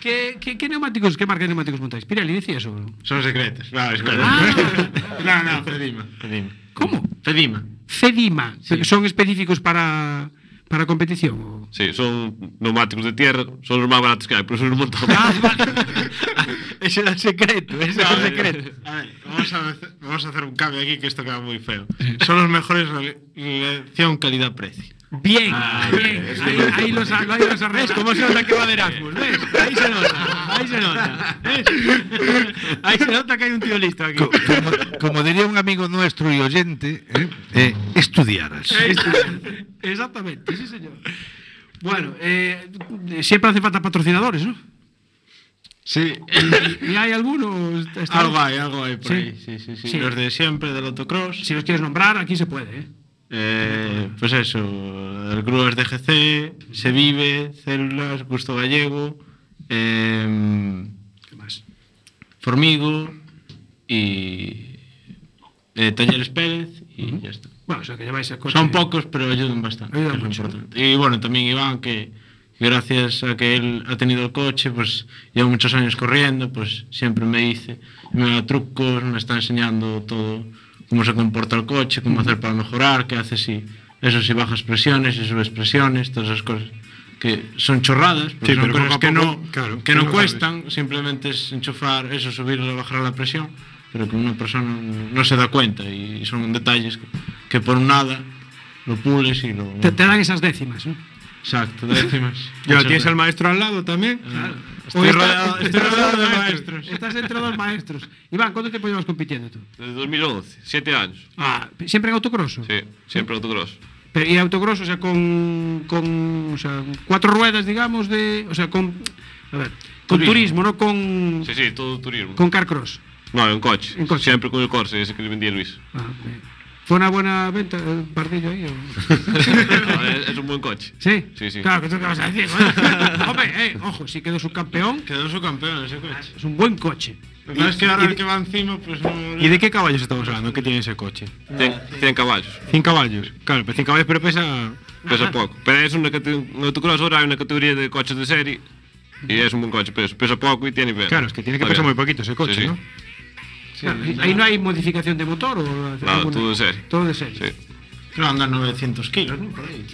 Speaker 2: ¿Qué, qué, qué neumáticos, qué marca de neumáticos montáis? Pirelli, decía eso. ¿no?
Speaker 7: Son secretos. No, es verdad.
Speaker 2: Ah.
Speaker 7: no, no, Fedima. Fedima.
Speaker 2: ¿Cómo?
Speaker 7: Fedima.
Speaker 2: Fedima. pero ¿Son específicos para, para competición? o?
Speaker 6: Sí, son neumáticos de tierra, son los más baratos que hay, pero son un montón.
Speaker 2: Ah, vale.
Speaker 7: Ese era el secreto, ese
Speaker 6: era el
Speaker 7: secreto. A ver, vamos a, hacer- vamos a hacer un cambio aquí que esto queda muy feo. Son los mejores rela- relación calidad-precio. Ah,
Speaker 2: Bien, bien. Ahí, ahí los, ahí los arreglos. ¿Cómo se nota que va de Erasmus? ¿Ves? Ahí se nota. Ahí se nota.
Speaker 7: Ahí se nota que hay un tío listo aquí.
Speaker 4: Co- Como, como diría un amigo nuestro y oyente, ¿eh? Eh, estudiaras.
Speaker 2: Exactamente, sí, señor. Bueno, eh, siempre hace falta patrocinadores, ¿no?
Speaker 7: Sí.
Speaker 2: ¿Y hay alguno? Está- está-
Speaker 7: Algo hay, algo hay por
Speaker 2: Sí.
Speaker 7: ahí. Sí, sí, sí,
Speaker 2: Sí.
Speaker 7: Los de siempre, del autocross.
Speaker 2: Si los quieres nombrar, aquí se puede, ¿eh?
Speaker 7: Eh, pues eso, el grupo es DGC, Se Vive, Células, Gusto Gallego, eh,
Speaker 2: ¿Qué más?
Speaker 7: Formigo y eh, Talleres Pérez y ya está.
Speaker 2: Bueno, o sea, que lleváis el coche.
Speaker 7: Son pocos, pero ayudan bastante.
Speaker 2: Ayudan
Speaker 7: que es lo
Speaker 2: mucho, ¿no?
Speaker 7: importante. Y bueno, también Iván, que que gracias a que él ha tenido el coche, pues lleva muchos años corriendo, pues siempre me dice, me da trucos, me está enseñando todo, cómo se comporta el coche, cómo hacer para mejorar, qué hace si, eso si bajas presiones, si subes presiones, todas esas cosas que son chorradas, pero
Speaker 9: Sí,
Speaker 7: son
Speaker 9: pero poco
Speaker 7: cosas
Speaker 9: a
Speaker 7: que,
Speaker 9: poco,
Speaker 7: no,
Speaker 9: claro,
Speaker 7: que
Speaker 9: no
Speaker 7: no
Speaker 9: sabes.
Speaker 7: cuestan, simplemente es enchufar eso, subirla, bajar la presión, pero que una persona no se da cuenta y son detalles que, que por nada lo pules y lo...
Speaker 2: Te, te dan esas décimas, ¿no?
Speaker 7: Exacto, décimas.
Speaker 9: Ya lo tienes al maestro al lado también.
Speaker 7: Ah, Estoy
Speaker 2: Hoy está-
Speaker 7: rodeado, estoy
Speaker 2: estás
Speaker 7: rodeado de
Speaker 2: entre-
Speaker 7: maestros.
Speaker 2: Estás entre dos maestros. Iván, ¿cuánto tiempo llevas compitiendo tú?
Speaker 6: Desde 2011, 7 años.
Speaker 2: Ah, ¿Siempre en autocrosso?
Speaker 6: Sí, siempre autocross.
Speaker 2: Pero, y autocross, o sea, con, con o sea, cuatro ruedas, digamos, de, o sea, con, a ver, con turismo,
Speaker 6: Turismo.
Speaker 2: no con,
Speaker 6: Sí, sí, todo turismo.
Speaker 2: con carcross.
Speaker 6: No, en coche.
Speaker 2: En coche.
Speaker 6: Siempre con el Corsa, ese que le vendía Luis.
Speaker 2: Ah, bien. ¿Fue una buena venta, eh, un pardillo ahí?
Speaker 6: No,
Speaker 2: o-
Speaker 6: es, es un buen coche.
Speaker 2: ¿Sí?
Speaker 6: Sí, sí.
Speaker 2: Claro, que tú qué vas a decir. joder? Hombre, eh, ojo, sí quedó subcampeón,
Speaker 7: Quedó su campeón ese coche.
Speaker 2: es un buen coche.
Speaker 7: Pero es que ahora
Speaker 2: y-
Speaker 7: el que va encima, pues no.
Speaker 9: ¿Y de qué caballos estamos hablando que tiene ese coche?
Speaker 7: Ah,
Speaker 6: Cien- 100 caballos.
Speaker 7: 100 caballos. Claro, pues 100 caballos, pero pesa.
Speaker 6: Pesa poco. Pero es una categoría. En autocross ahora hay una categoría de coches de serie. Y es un buen coche, pero pesa poco y tiene peso.
Speaker 7: Claro, es que tiene que
Speaker 6: Está
Speaker 7: pesar muy
Speaker 6: bien.
Speaker 7: poquito ese coche,
Speaker 6: Sí, sí.
Speaker 7: ¿no?
Speaker 2: Claro, y- ahí no hay modificación de motor o
Speaker 6: Nada, todo de serie.
Speaker 2: Todo de serie.
Speaker 6: Sí.
Speaker 7: Claro, andan 900 kilos, ¿no? Por ahí.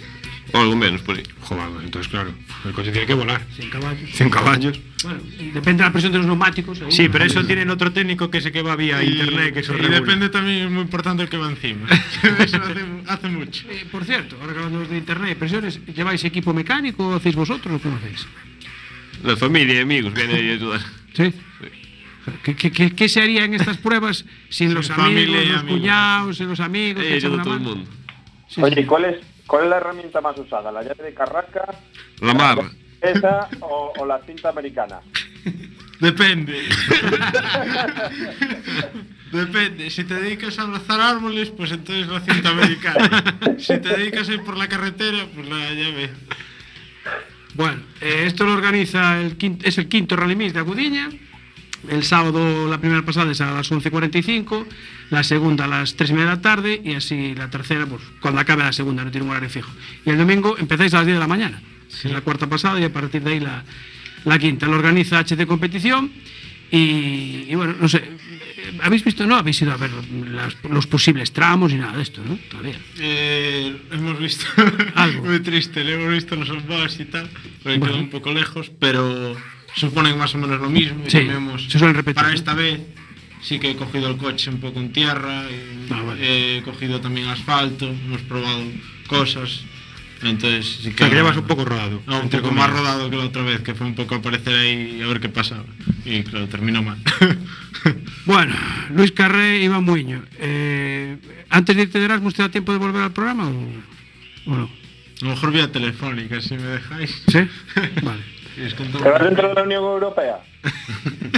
Speaker 6: O algo menos por ahí.
Speaker 7: Joder, entonces, claro, el coche tiene que volar.
Speaker 2: 100 caballos.
Speaker 7: 100 caballos.
Speaker 2: Bueno, depende de la presión de los neumáticos. ahí.
Speaker 9: Sí, pero eso tienen otro técnico que se que va vía internet, que eso regula.
Speaker 7: también, es muy importante el que va encima. Eso hace, hace mucho.
Speaker 2: Eh, por cierto, ahora que hablamos de internet y presiones, ¿lleváis equipo mecánico o hacéis vosotros o cómo hacéis?
Speaker 6: La familia y amigos vienen ahí a ayudar.
Speaker 2: ¿Sí? ¿Qué, qué, qué, qué se haría en estas pruebas sin los
Speaker 7: familia y
Speaker 2: amigos, los
Speaker 7: amigos. Eh,
Speaker 2: cuñados, sin los amigos?
Speaker 6: Ahí
Speaker 2: que echan
Speaker 6: ayuda
Speaker 2: una
Speaker 6: todo el
Speaker 2: mano?
Speaker 6: mundo.
Speaker 2: Sí,
Speaker 10: Oye,
Speaker 2: sí.
Speaker 10: ¿y ¿cuál es, ¿cuál es la herramienta más usada? ¿La llave de carrasca?
Speaker 6: La marra.
Speaker 10: ¿Esa o, o la cinta americana?
Speaker 7: Depende. Depende. Si te dedicas a abrazar árboles, pues entonces la cinta americana. Si te dedicas a ir por la carretera, pues la llave.
Speaker 2: Bueno, eh, esto lo organiza el quinto, es el quinto Rally Mix de Agudiña. El sábado, la primera pasada es a las 11.45, la segunda a las 3 y media de la tarde y así la tercera, pues cuando acabe la segunda, no tiene un horario fijo. Y el domingo empezáis a las 10 de la mañana, que es la cuarta pasada y a partir de ahí la, la quinta. Lo organiza HT Competición y, y bueno, no sé, eh, ¿habéis visto? No habéis ido a ver las- los posibles tramos y nada de esto, ¿no? Todavía.
Speaker 7: Eh, hemos visto
Speaker 2: Algo.
Speaker 7: muy triste, le hemos visto en los softballs y tal, porque
Speaker 2: Bueno.
Speaker 7: quedó un poco lejos, pero suponen más o menos lo mismo. y
Speaker 2: Sí,
Speaker 7: también hemos-
Speaker 2: se suelen repetir,
Speaker 7: Para
Speaker 2: ¿no?
Speaker 7: esta vez sí que he cogido el coche un poco en tierra, y
Speaker 2: Ah, vale.
Speaker 7: he cogido también asfalto, hemos probado cosas, entonces sí que...
Speaker 9: sea, que llevas un poco rodado,
Speaker 7: No, un
Speaker 9: entre
Speaker 7: poco más
Speaker 9: comillas.
Speaker 7: rodado que la otra vez, que fue un poco aparecer ahí a ver qué pasaba. Y claro, terminó mal.
Speaker 2: Bueno, Luis Carré, Iván Muño. eh, antes de irte de Erasmus, ¿te da tiempo de volver al programa o, o no?
Speaker 7: a lo mejor vía telefónica, si me dejáis.
Speaker 2: ¿Sí? Vale.
Speaker 7: Y os cuento-
Speaker 10: ¿Te vas dentro de la Unión Europea?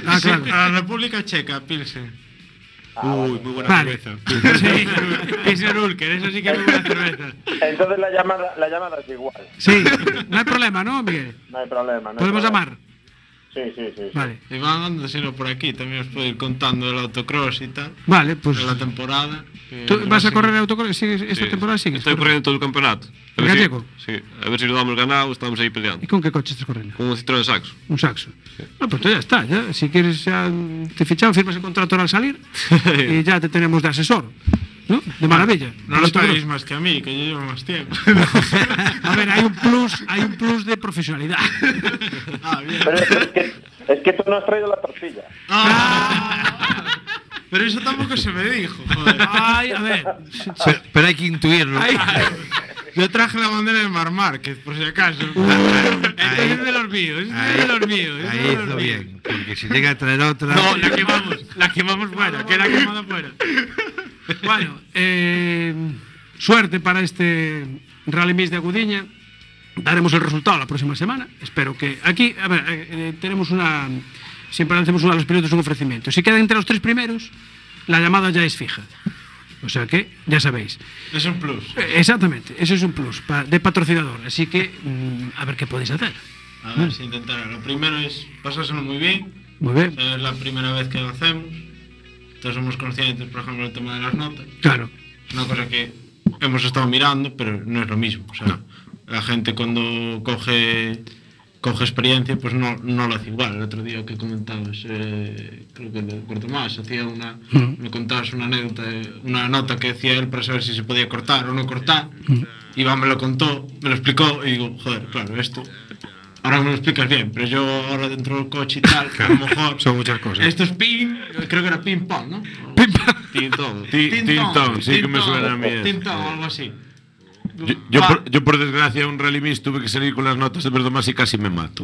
Speaker 2: Ah,
Speaker 7: Sí,
Speaker 2: claro.
Speaker 7: A la República Checa, Pilsen.
Speaker 10: Ah,
Speaker 7: Uy, muy buena
Speaker 2: Vale.
Speaker 7: cerveza.
Speaker 2: Sí.
Speaker 7: Pilsen Ulker, eso sí que es muy buena cerveza.
Speaker 10: Entonces la llamada, la llamada es igual.
Speaker 2: Sí, no hay problema, ¿no, Miguel?
Speaker 10: No hay problema. No hay
Speaker 2: Podemos
Speaker 10: problema.
Speaker 2: llamar.
Speaker 10: Sí, sí, sí. sí.
Speaker 2: Vale.
Speaker 7: Y van andándoselo por aquí, también os puedo ir contando el autocross y tal.
Speaker 2: Vale, pues.
Speaker 7: De la temporada. que
Speaker 2: ¿Tú
Speaker 7: va
Speaker 2: vas a
Speaker 7: ser-
Speaker 2: correr autocorres? ¿Sigues? ¿Esta
Speaker 6: Sí.
Speaker 2: temporada sigues?
Speaker 6: Estoy corriendo todo el campeonato. A
Speaker 2: ¿En
Speaker 6: ver si-
Speaker 2: gallego?
Speaker 6: Sí. A ver si lo damos ganado, estamos ahí peleando.
Speaker 2: ¿Y con qué coche estás corriendo?
Speaker 6: Con un Citroën Saxo.
Speaker 2: Un saxo. No, pues tú ya está. ya. Si quieres, ya te fichamos, firmas el contrato ahora al salir y ya te tenemos de asesor. ¿No? De maravilla.
Speaker 7: No lo
Speaker 2: Autocross.
Speaker 7: sabéis más que a mí, que yo llevo más tiempo.
Speaker 2: A ver, hay un plus, hay un plus de profesionalidad.
Speaker 7: ah, bien.
Speaker 10: Pero es, es que, es que tú no has traído la tortilla.
Speaker 7: Ah, pero eso tampoco se me dijo, joder.
Speaker 2: Ay, a ver.
Speaker 4: Pero, pero hay que intuirlo.
Speaker 2: Ay,
Speaker 7: Yo traje la bandera de Mar Márquez, por si acaso.
Speaker 2: Uh.
Speaker 7: Este es de los míos, este es de los míos. este
Speaker 4: Ahí
Speaker 7: es de los
Speaker 4: hizo
Speaker 7: míos.
Speaker 4: bien, porque si llega a traer otra.
Speaker 7: No, la quemamos, la quemamos fuera, que la quemada fuera.
Speaker 2: Bueno, eh, suerte para este Rally Mix de Agudiña. Daremos el resultado la próxima semana. Espero que. Aquí, a ver, eh, eh, tenemos una. Siempre hacemos una a los pilotos un ofrecimiento. Si quedan entre los tres primeros, la llamada ya es fija. O sea que, ya sabéis.
Speaker 7: Es un plus.
Speaker 2: Eh, Exactamente, eso es un plus pa- de patrocinador. Así que, mm, a ver qué podéis hacer.
Speaker 7: A ver si intentará. Lo primero es pasárselo muy bien. Eh,
Speaker 2: Muy bien,
Speaker 7: Es la primera vez que lo hacemos. Entonces somos conscientes, por ejemplo, del tema de las notas.
Speaker 2: claro.
Speaker 7: Una cosa que hemos estado mirando, pero no es lo mismo. O sea, la gente cuando coge coge experiencia, pues no, no lo hace igual. El otro día que comentabas, eh, creo que de Puerto Más, hacía una,
Speaker 2: Mm.
Speaker 7: me contabas una anécdota, eh, una nota que decía él para saber si se podía cortar o no cortar.
Speaker 2: Mm.
Speaker 7: Iván me lo contó, me lo explicó y digo, joder, claro, esto. Ahora me lo explicas bien, pero yo ahora dentro del coche y tal, a lo mejor.
Speaker 9: Son muchas cosas.
Speaker 7: Esto es ping, creo que era ping pong, ¿no?
Speaker 6: Tintón.
Speaker 7: Tintón,
Speaker 5: Tintón, sí que me suena a mí.
Speaker 7: Tintón o algo así.
Speaker 5: Yo, yo
Speaker 7: Va.
Speaker 2: Ah.
Speaker 5: por, yo, por desgracia, un rally mix tuve que salir con las notas de Verdomás y casi me mato.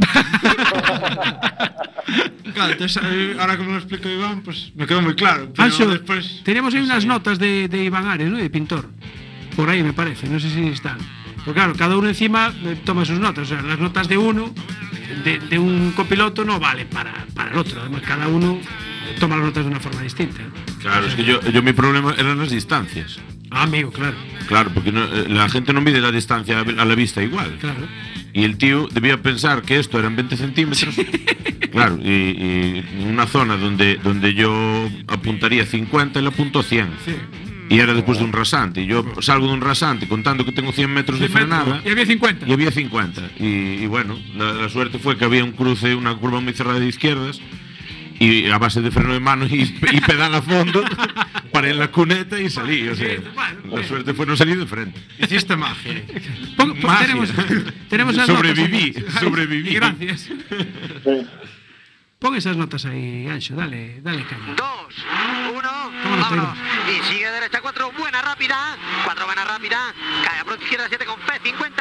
Speaker 7: Claro, entonces, eh, ahora que me lo explico Iván, pues me quedó muy claro. Pero
Speaker 2: Anxo,
Speaker 7: después.
Speaker 2: tenemos ahí unas notas de, de Iván Ares, ¿no? De pintor. Por ahí me parece, no sé si están. Porque claro, cada uno encima eh, toma sus notas. O sea, las notas de uno, de, de un copiloto, no valen para, para el otro. Además, cada uno eh, toma las notas de una forma distinta.
Speaker 5: Claro, es que yo, yo mi problema eran las distancias.
Speaker 2: Ah, amigo, claro,
Speaker 5: Claro, porque no- eh, la gente no mide la distancia a la vista igual.
Speaker 2: claro.
Speaker 5: Y el tío debía pensar que esto eran 20 centímetros. Claro, y, y en una zona donde, donde yo apuntaría 50, él apuntó 100. Y era después de un rasante. Y yo salgo de un rasante contando que tengo 100 metros de frenada.
Speaker 2: Y había 50.
Speaker 5: Y había 50. Y, y bueno, la, la suerte fue que había un cruce, una curva muy cerrada de izquierdas. Y a base de freno de mano y, y pedal a fondo, paré en la cuneta y salí. O sea, la suerte fue no salir de frente.
Speaker 7: Hiciste magia.
Speaker 2: Pon- pon-
Speaker 5: Magia.
Speaker 2: tenemos, tenemos las
Speaker 5: Sobreviví,
Speaker 2: notas ahí.
Speaker 5: sobreviví.
Speaker 2: Gracias. Pon esas notas ahí, Ancho, dale, dale caña.
Speaker 11: Dos, uno,
Speaker 2: Vámonos,
Speaker 11: vámonos. Y sigue derecha, cuatro, buena rápida. Cuatro, buena rápida. Cae a pronto izquierda, siete con fe, 50.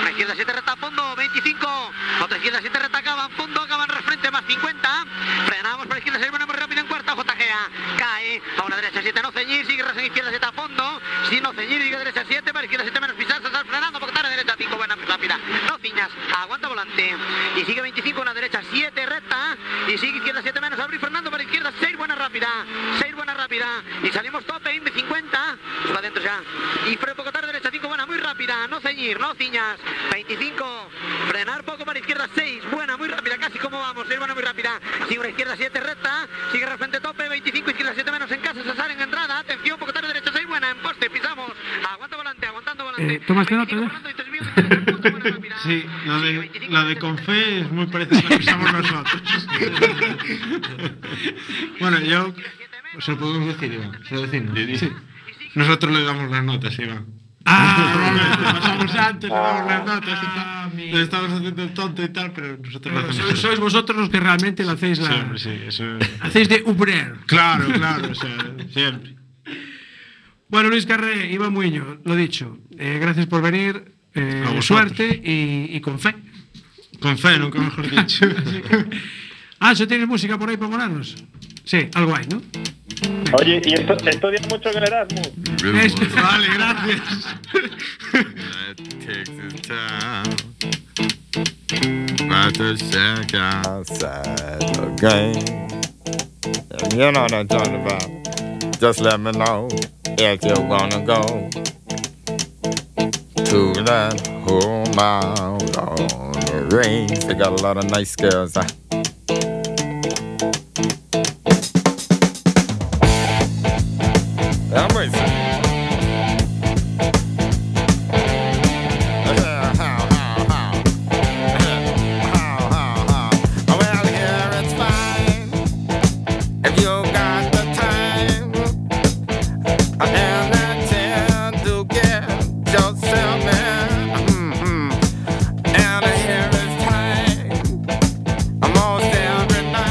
Speaker 11: Una izquierda, siete recta, fondo, 25. Otra izquierda, siete recta, acaban, fondo, acaban, frente, más 50. Frenamos por izquierda, seis, ponemos rápido en cuarta, JGA. Cae, a una derecha, siete, no ceñir, sigue razón izquierda, siete, a fondo. Si no ceñir, sigue derecha, siete, para izquierda, siete, menos pisar, saltar, frenando, porque tarde, derecha, cinco, buena, rápida. No ciñas, aguanta volante. Y sigue 25, una derecha, siete, recta. Y sigue izquierda, siete, menos, abrir, Fernando, para izquierda, seis, buena, rápida. Seis, buena, rápida. Y salimos tope, Indy 50. Va adentro ya. Y freno poco tarde, derecha 5, buena, muy rápida. No ceñir, no ciñas. 25. Frenar poco para izquierda 6. Buena, muy rápida. Casi como vamos. 6, buena, muy rápida. Sigue una izquierda 7, recta. Sigue de frente tope. 25, izquierda 7 menos en casa. Cesar en entrada. Atención, poco tarde, derecha 6. Buena, en poste. Pisamos. Aguanta volante, aguantando volante.
Speaker 2: Eh, ¿tomaste nota ya?
Speaker 11: Fernando, y 3.000, 23 puntos, buena, rápida.
Speaker 7: Sí, la de, la de con fe es muy parecida a la que usamos nosotros. bueno, yo. Se lo podemos decir, Iván. Se lo decimos. Sí. Nosotros le damos las notas, Iván. Ah, pasamos antes, le damos las notas y tal. Le estamos haciendo el tonto y tal, pero nosotros lo
Speaker 2: So-
Speaker 7: hacemos.
Speaker 2: Sois vosotros los que realmente la hacéis la.
Speaker 7: Siempre, sí, eso es-
Speaker 2: Hacéis de Ubrer.
Speaker 7: Claro, claro, o sea, siempre.
Speaker 2: Bueno, Luis Carré, Iván Muñoz, lo dicho. Eh, gracias por venir. eh,
Speaker 7: A vosotros.
Speaker 2: suerte y, y con fe.
Speaker 7: Con fe, nunca mejor dicho.
Speaker 2: Ancho, Ah, ¿tienes música por ahí para ponernos? Sí, algo hay, ¿no?
Speaker 10: Oye, ¿y esto, estudias mucho en el Erasmus?
Speaker 2: Es-
Speaker 7: Vale, gracias.
Speaker 12: outside the game. And you know what I'm talking about. Just let me know if you wanna go to that whole mile on the range. They got a lot of nice girls. Huh? I'm racing. Well, here it's fine if you got the time and the chance to get yourself Mm-hmm. in. Mhm. And here it's time. I'm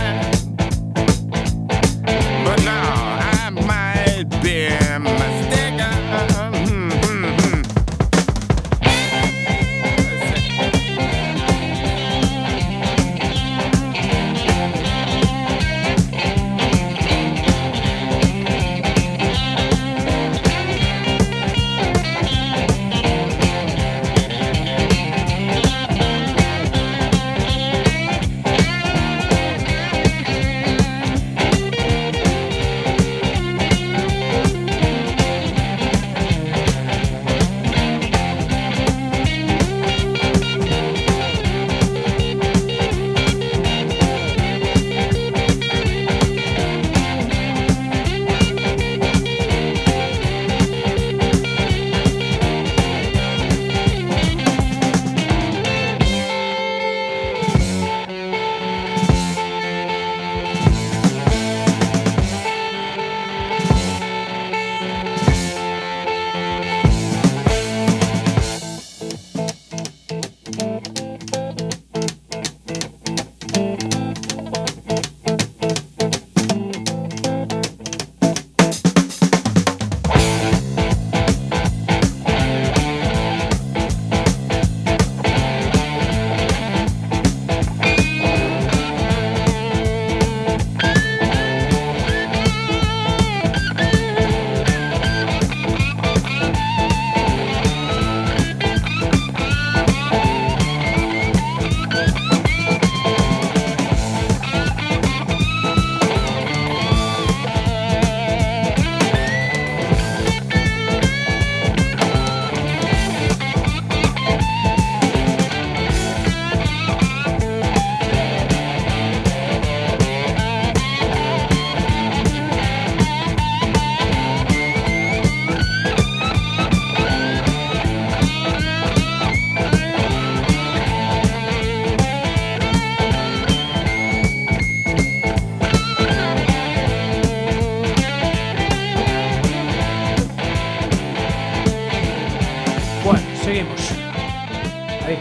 Speaker 6: Ahí,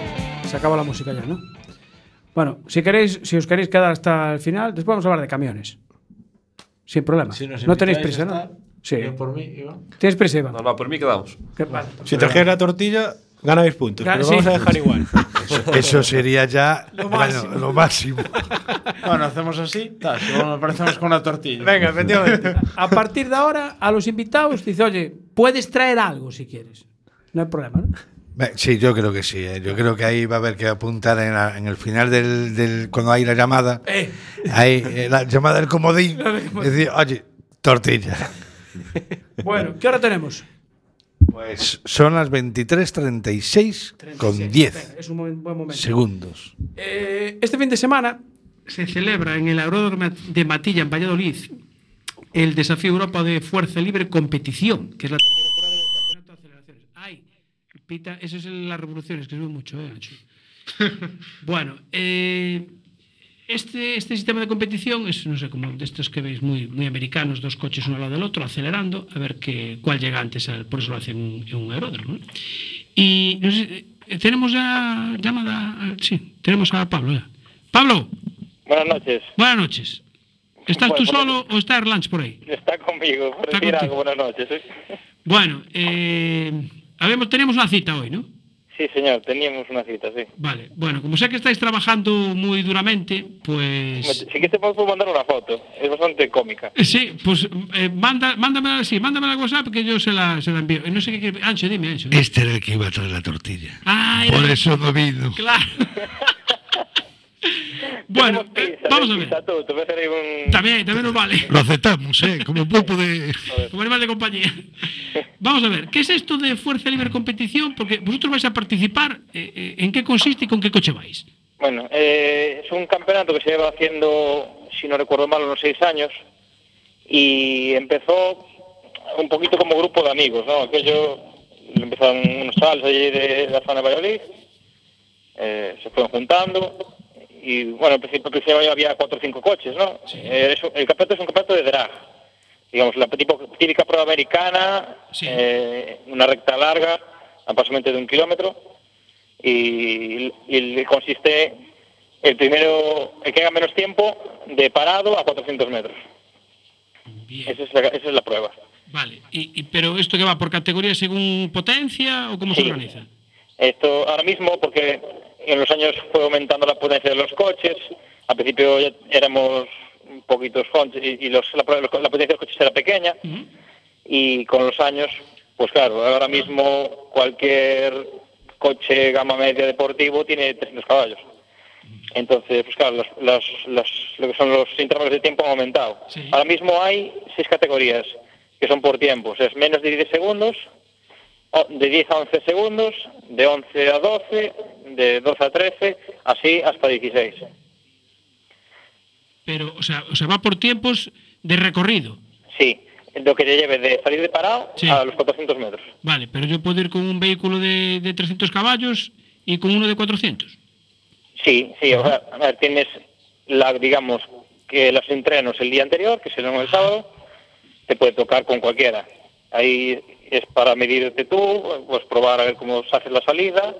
Speaker 6: se acaba la música ya, ¿no? Bueno, si queréis, si os queréis quedar hasta el final, después vamos a hablar de camiones. Sin problema.
Speaker 7: Si nos
Speaker 6: no tenéis
Speaker 7: invitáis
Speaker 6: prisa,
Speaker 7: a
Speaker 6: ¿no?
Speaker 7: estar,
Speaker 6: Sí.
Speaker 7: yo por mí, Iván.
Speaker 6: ¿Tienes prisa, Iván?
Speaker 13: No, no, por mí quedamos.
Speaker 6: Que- vale.
Speaker 14: Si trajeras la tortilla, ganabais puntos.
Speaker 6: Ga-
Speaker 14: pero
Speaker 6: sí.
Speaker 14: vamos a dejar igual.
Speaker 4: Eso sería ya bueno, lo máximo.
Speaker 7: Bueno, hacemos así, tal, si nos aparecemos con una tortilla.
Speaker 6: Venga, efectivamente. A partir de ahora, a los invitados, dice, oye, puedes traer algo si quieres. No hay problema, ¿no?
Speaker 4: Ve- Sí, yo creo que sí. ¿eh? Yo creo que ahí va a haber que apuntar en, la- en el final del, del- cuando hay la llamada. Hay eh, la llamada del comodín.
Speaker 6: La del comodín.
Speaker 4: Es decir, oye, tortilla.
Speaker 6: Bueno, ¿qué hora tenemos?
Speaker 4: Pues son las 23.36 con 10
Speaker 6: Venga, es un momen- buen momento.
Speaker 4: segundos.
Speaker 6: Eh, este fin de semana
Speaker 2: se celebra en el Aeródromo de Matilla, en Valladolid, el Desafío Europa de Fuerza Libre Competición, que es la tercera prueba del Campeonato de Aceleraciones. Ay, pita, eso es en las revoluciones, que sube mucho, ¿eh, Nacho? bueno, eh, este, este sistema de competición es, no sé, como de estos que veis muy, muy americanos, dos coches uno al lado del otro, acelerando, a ver qué, cuál llega antes, al- por eso lo hacen en un- en un aeródromo. ¿no? Y no sé, eh, tenemos ya llamada, eh, sí, tenemos a Pablo ya. Pablo.
Speaker 15: Buenas noches.
Speaker 2: Buenas noches. ¿Estás
Speaker 15: Bueno,
Speaker 2: tú
Speaker 15: buenas
Speaker 2: solo o está Erlands por ahí?
Speaker 15: Está conmigo, por
Speaker 2: Está
Speaker 15: decir
Speaker 2: contigo.
Speaker 15: algo. Buenas noches. ¿eh?
Speaker 2: Bueno, eh, habemos, tenemos una cita hoy, ¿no?
Speaker 15: Sí, señor, teníamos una cita, sí.
Speaker 2: Vale. Bueno, como sé que estáis trabajando muy duramente, pues...
Speaker 15: Si quieres te puedo mandar una foto. Es bastante cómica.
Speaker 2: Sí, pues eh, manda, mándamela, sí, mándamela al WhatsApp que yo se la, se la envío. Eh, No sé qué quiere... Ancho, dime, Ancho. dime.
Speaker 16: Este era el que iba a traer la tortilla.
Speaker 2: Ah, era-
Speaker 16: Por eso no vino.
Speaker 2: Claro. bueno, eh, vamos a ver. También, también nos vale.
Speaker 16: Lo aceptamos, ¿eh? Como pulpo de...
Speaker 2: Como animal de compañía. Vamos a ver, ¿qué es esto de Fuerza Libre Competición? Porque vosotros vais a participar, eh, eh, ¿en qué consiste y con qué coche vais?
Speaker 15: Bueno, eh, es un campeonato que se lleva haciendo, si no recuerdo mal, unos seis años. Y empezó un poquito como grupo de amigos, ¿no? Aquello lo empezaron unos chales allí de la zona de Valladolid. eh, se fueron juntando. Y bueno, al principio, al principio había cuatro o cinco coches, ¿no? Eh, es un- el campeonato es un campeonato de drag. Digamos, la tipo- típica prueba americana, eh, una recta larga, aproximadamente de un kilómetro y, y le consiste el primero, el que haga menos tiempo, de parado a 400 metros. Esa, es la, esa es la prueba.
Speaker 2: Vale, y, y- pero esto que va por categoría según potencia o cómo se organiza?
Speaker 15: Esto ahora mismo, porque en los años fue aumentando la potencia de los coches, al principio ya éramos poquitos coches y, y los- la, prueba de los co- la potencia de los coches era pequeña, y con los años, pues claro, ahora mismo cualquier coche gama media deportivo tiene 300 caballos. Entonces, pues claro, las- las- las- lo que son los intervalos de tiempo han aumentado. Ahora mismo hay seis categorías que son por tiempo, o sea, es menos de 10 segundos, o- de 10 a 11 segundos, de 11 a 12, de 12 a 13, así hasta 16.
Speaker 2: Pero, o sea, o sea, va por tiempos de recorrido.
Speaker 15: Sí, lo que te lleve de salir de parado a los 400 metros.
Speaker 2: Vale, pero yo puedo ir con un vehículo de, de 300 caballos y con uno de 400.
Speaker 15: Sí, sí, o sea, a ver, tienes, la, digamos, que los entrenos el día anterior, que serán el sábado, te puede tocar con cualquiera. Ahí es para medirte tú, pues probar a ver cómo se hace la salida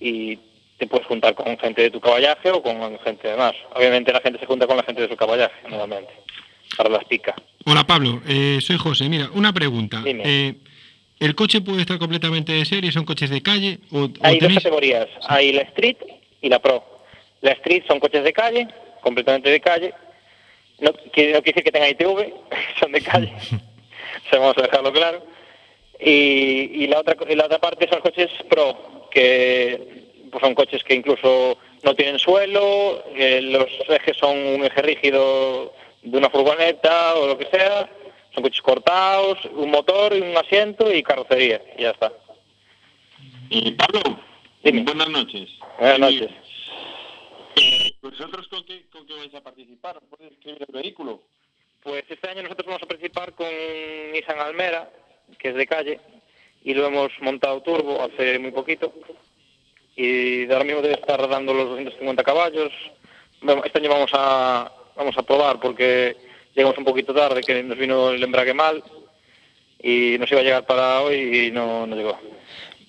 Speaker 15: y te puedes juntar con gente de tu caballaje o con gente de más. Obviamente la gente se junta con la gente de su caballaje, nuevamente, para las picas.
Speaker 9: Hola Pablo, eh, soy José. Mira, una pregunta.
Speaker 15: Dime.
Speaker 9: Eh, ¿El coche puede estar completamente de serie? ¿Son coches de calle? ¿O, o
Speaker 15: Hay dos
Speaker 9: tenéis-
Speaker 15: categorías, hay la Street y la Pro. La Street son coches de calle, completamente de calle. No quiere, no quiere decir que tengan ITV, son de calle. o sea, vamos a dejarlo claro. Y, y la otra y la otra parte son coches Pro, que pues, son coches que incluso no tienen suelo, eh, los ejes son un eje rígido de una furgoneta o lo que sea. Son coches cortados, un motor, y un asiento y carrocería. Y ya está.
Speaker 10: Eh, Pablo, buenas noches.
Speaker 15: Buenas noches.
Speaker 10: ¿Vosotros con qué, con qué vais a participar? ¿Puedes describir el vehículo?
Speaker 15: Pues este año nosotros vamos a participar con Nissan Almera, que es de calle, y lo hemos montado turbo hace muy poquito. Y de ahora mismo debe estar dando los 250 caballos. Bueno, Este año vamos a, vamos a probar porque llegamos un poquito tarde, que nos vino el embrague mal, y nos iba a llegar para hoy y no, no llegó.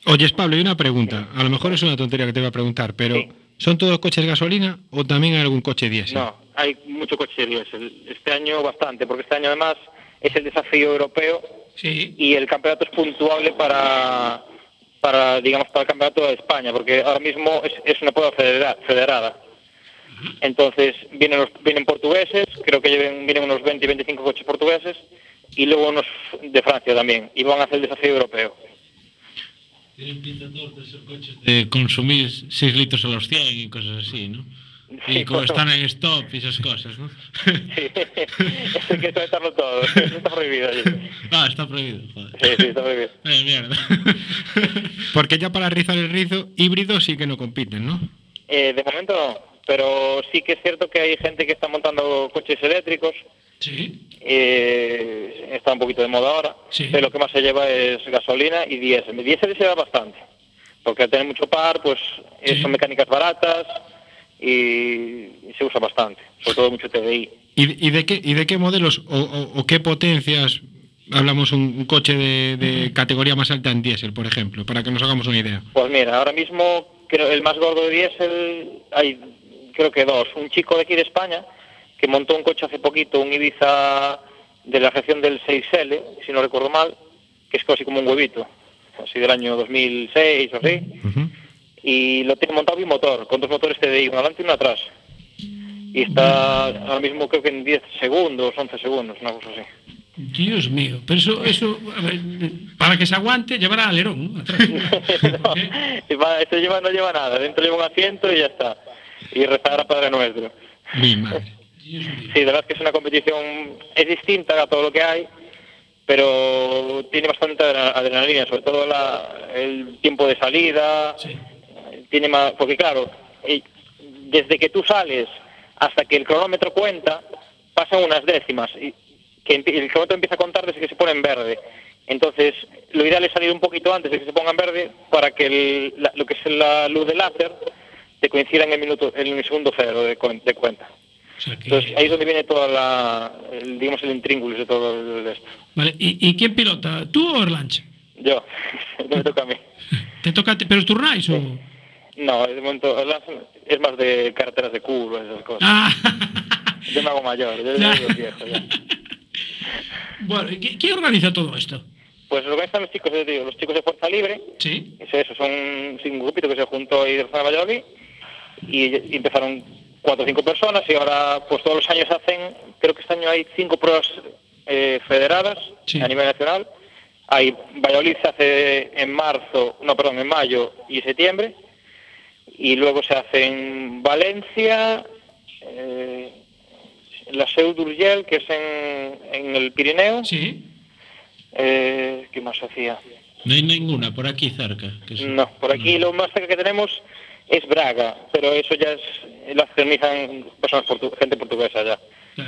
Speaker 9: Oye, Pablo, y una pregunta. A lo mejor es una tontería que te iba a preguntar, pero ¿son todos coches gasolina o también hay algún coche diésel?
Speaker 15: No, hay mucho coche diésel. Este año bastante, porque este año además es el desafío europeo y el campeonato es puntuable para, para digamos, para el campeonato de España, porque ahora mismo es, es una prueba federa- federada. Entonces vienen los, vienen portugueses, creo que lleven, vienen unos 20 y 25 coches portugueses y luego unos de Francia también y van a hacer el desafío europeo.
Speaker 7: De consumir 6 litros a los 100 y cosas así, ¿no? Y como están en stop y esas cosas, ¿no?
Speaker 15: Hay que tratarlo todo, eso está prohibido allí.
Speaker 7: Ah, está prohibido, joder.
Speaker 15: Sí, sí, está prohibido.
Speaker 7: Eh, mierda.
Speaker 9: Porque ya para rizar el rizo, híbridos sí que no compiten, ¿no?
Speaker 15: Eh, de momento no, pero sí que es cierto que hay gente que está montando coches eléctricos.
Speaker 9: Sí.
Speaker 15: Eh, está un poquito de moda ahora.
Speaker 9: Sí.
Speaker 15: Pero lo que más se lleva es gasolina y diésel. El Diésel se lleva bastante, porque al tener mucho par, pues eh, son mecánicas baratas y, y se usa bastante, sobre todo mucho TDI.
Speaker 9: ¿Y, y de, qué, y de qué modelos o, o- o qué potencias hablamos un, un coche de, de categoría más alta en diésel, por ejemplo, para que nos hagamos una idea?
Speaker 15: Pues mira, ahora mismo creo el más gordo de diésel hay creo que dos. Un chico de aquí de España que montó un coche hace poquito, un Ibiza de la región del 6L, si no recuerdo mal, que es casi como un huevito, así del año 2006 o así. Y lo tiene montado bimotor, con dos motores TDI, uno adelante y uno atrás. Y está ahora mismo creo que en 10 segundos, 11 segundos, una cosa así.
Speaker 17: Dios mío, pero eso, eso a ver, para que se aguante, llevará alerón. ¿no? Atrás.
Speaker 15: No, va- este lleva, no lleva nada, dentro lleva un asiento y ya está. Y rezar a Padre Nuestro.
Speaker 9: Mi madre.
Speaker 15: Sí, la verdad es que es una competición, es distinta a todo lo que hay, pero tiene bastante adre- adrenalina, sobre todo la- el tiempo de salida, tiene más, porque claro, eh, desde que tú sales hasta que el cronómetro cuenta, pasan unas décimas, y que empie- el cronómetro empieza a contar desde que se pone en verde. Entonces, lo ideal es salir un poquito antes de que se ponga en verde para que el- la- lo que es la luz del láser te coincida en el minuto, en el segundo cero de cuen- de cuenta. Entonces ahí es donde viene toda la, el, digamos, el intríngulis de todo el- esto.
Speaker 17: Vale, ¿y, y quién pilota? ¿Tú o Orlanch?
Speaker 15: Yo, no me toca a mí.
Speaker 17: ¿Te toca a ti? ¿Pero os turnáis o...?
Speaker 15: No, de momento el lance es más de carreteras de curvas, esas cosas.
Speaker 2: Ah.
Speaker 17: Ah,
Speaker 15: Yo me hago mayor, yo ya soy viejo ya.
Speaker 17: Bueno, ¿y qui- ¿quién organiza todo esto?
Speaker 15: Pues lo que están los chicos, yo te digo, los chicos de Fuerza Libre.
Speaker 17: Sí.
Speaker 15: Es eso, son sí, un grupito que se juntó ahí de la zona de Valladolid y, y empezaron cuatro o cinco personas y ahora pues todos los años hacen, creo que este año hay cinco pruebas eh, federadas a nivel nacional. Hay Valladolid se hace en marzo, no, perdón, en mayo y septiembre. Y luego se hace en Valencia, eh, la Seu d'Urgell, que es en, en el Pirineo.
Speaker 17: Sí.
Speaker 15: Eh, ¿Qué más hacía?
Speaker 7: No hay ninguna por aquí cerca. que sí.
Speaker 15: No, por aquí lo más cerca que tenemos es Braga, pero eso ya es, lo organizan personas portu- gente portuguesa ya.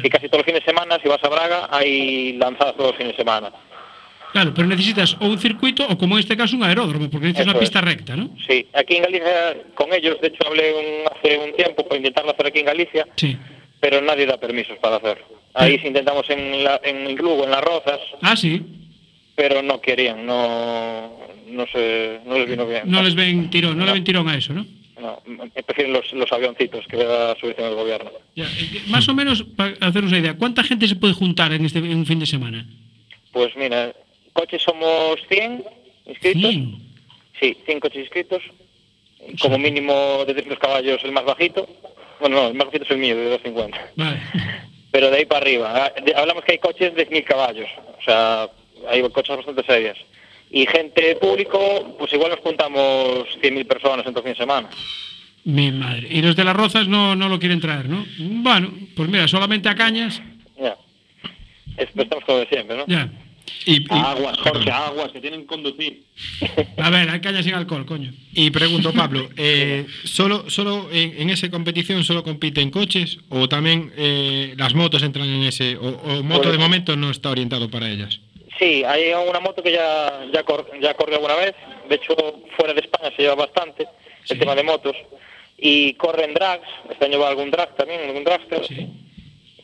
Speaker 15: Y casi todos los fines de semana, si vas a Braga, hay lanzadas todos los fines de semana.
Speaker 17: Claro, pero necesitas o un circuito o como en este caso un aeródromo, porque necesitas
Speaker 15: Eso
Speaker 17: una
Speaker 15: es.
Speaker 17: pista recta, ¿no?
Speaker 15: Sí, aquí en Galicia, con ellos, de hecho hablé un- hace un tiempo para intentarlo hacer aquí en Galicia,
Speaker 17: Sí.
Speaker 15: pero nadie da permisos para hacerlo. Ahí sí intentamos en, la, en Lugo, en Las Rozas,
Speaker 17: Ah, sí.
Speaker 15: pero no querían, no, no, se, no les vino bien.
Speaker 17: No les ven tirón, no le ven tirón a eso, ¿no?
Speaker 15: No, prefieren los, los avioncitos que le da subvención el gobierno.
Speaker 17: Ya, eh, más o menos, para hacernos una idea, ¿cuánta gente se puede juntar en, este, en un fin de semana?
Speaker 15: Pues mira, coches somos 100 inscritos. Sí, 100 coches inscritos. Como mínimo de 300 caballos el más bajito. Bueno, no, el más bajito es el mío, de 250.
Speaker 17: Vale.
Speaker 15: Pero de ahí para arriba. Ah, de- Hablamos que hay coches de 10.000 caballos. O sea, hay coches bastante serias. Y gente público, pues igual nos juntamos 100.000 personas en todo fin de semana.
Speaker 17: Mi madre. Y los de las rozas no, no lo quieren traer, ¿no? Bueno, pues mira, solamente a cañas.
Speaker 15: Ya. Es- Estamos como de siempre, ¿no?
Speaker 17: Ya.
Speaker 15: Aguas, Jorge, aguas, que tienen que conducir.
Speaker 17: A ver, hay cañas sin alcohol, coño.
Speaker 9: Y pregunto, Pablo, eh, ¿solo, solo en, en esa competición solo compiten coches o también eh, las motos entran en ese? ¿O, o moto de momento no está orientado para ellas?
Speaker 15: Sí, hay una moto que ya ya, cor- ya corre alguna vez. De hecho, fuera de España se lleva bastante el tema de motos. Y corren drags. Este año va algún drag también, algún dragster.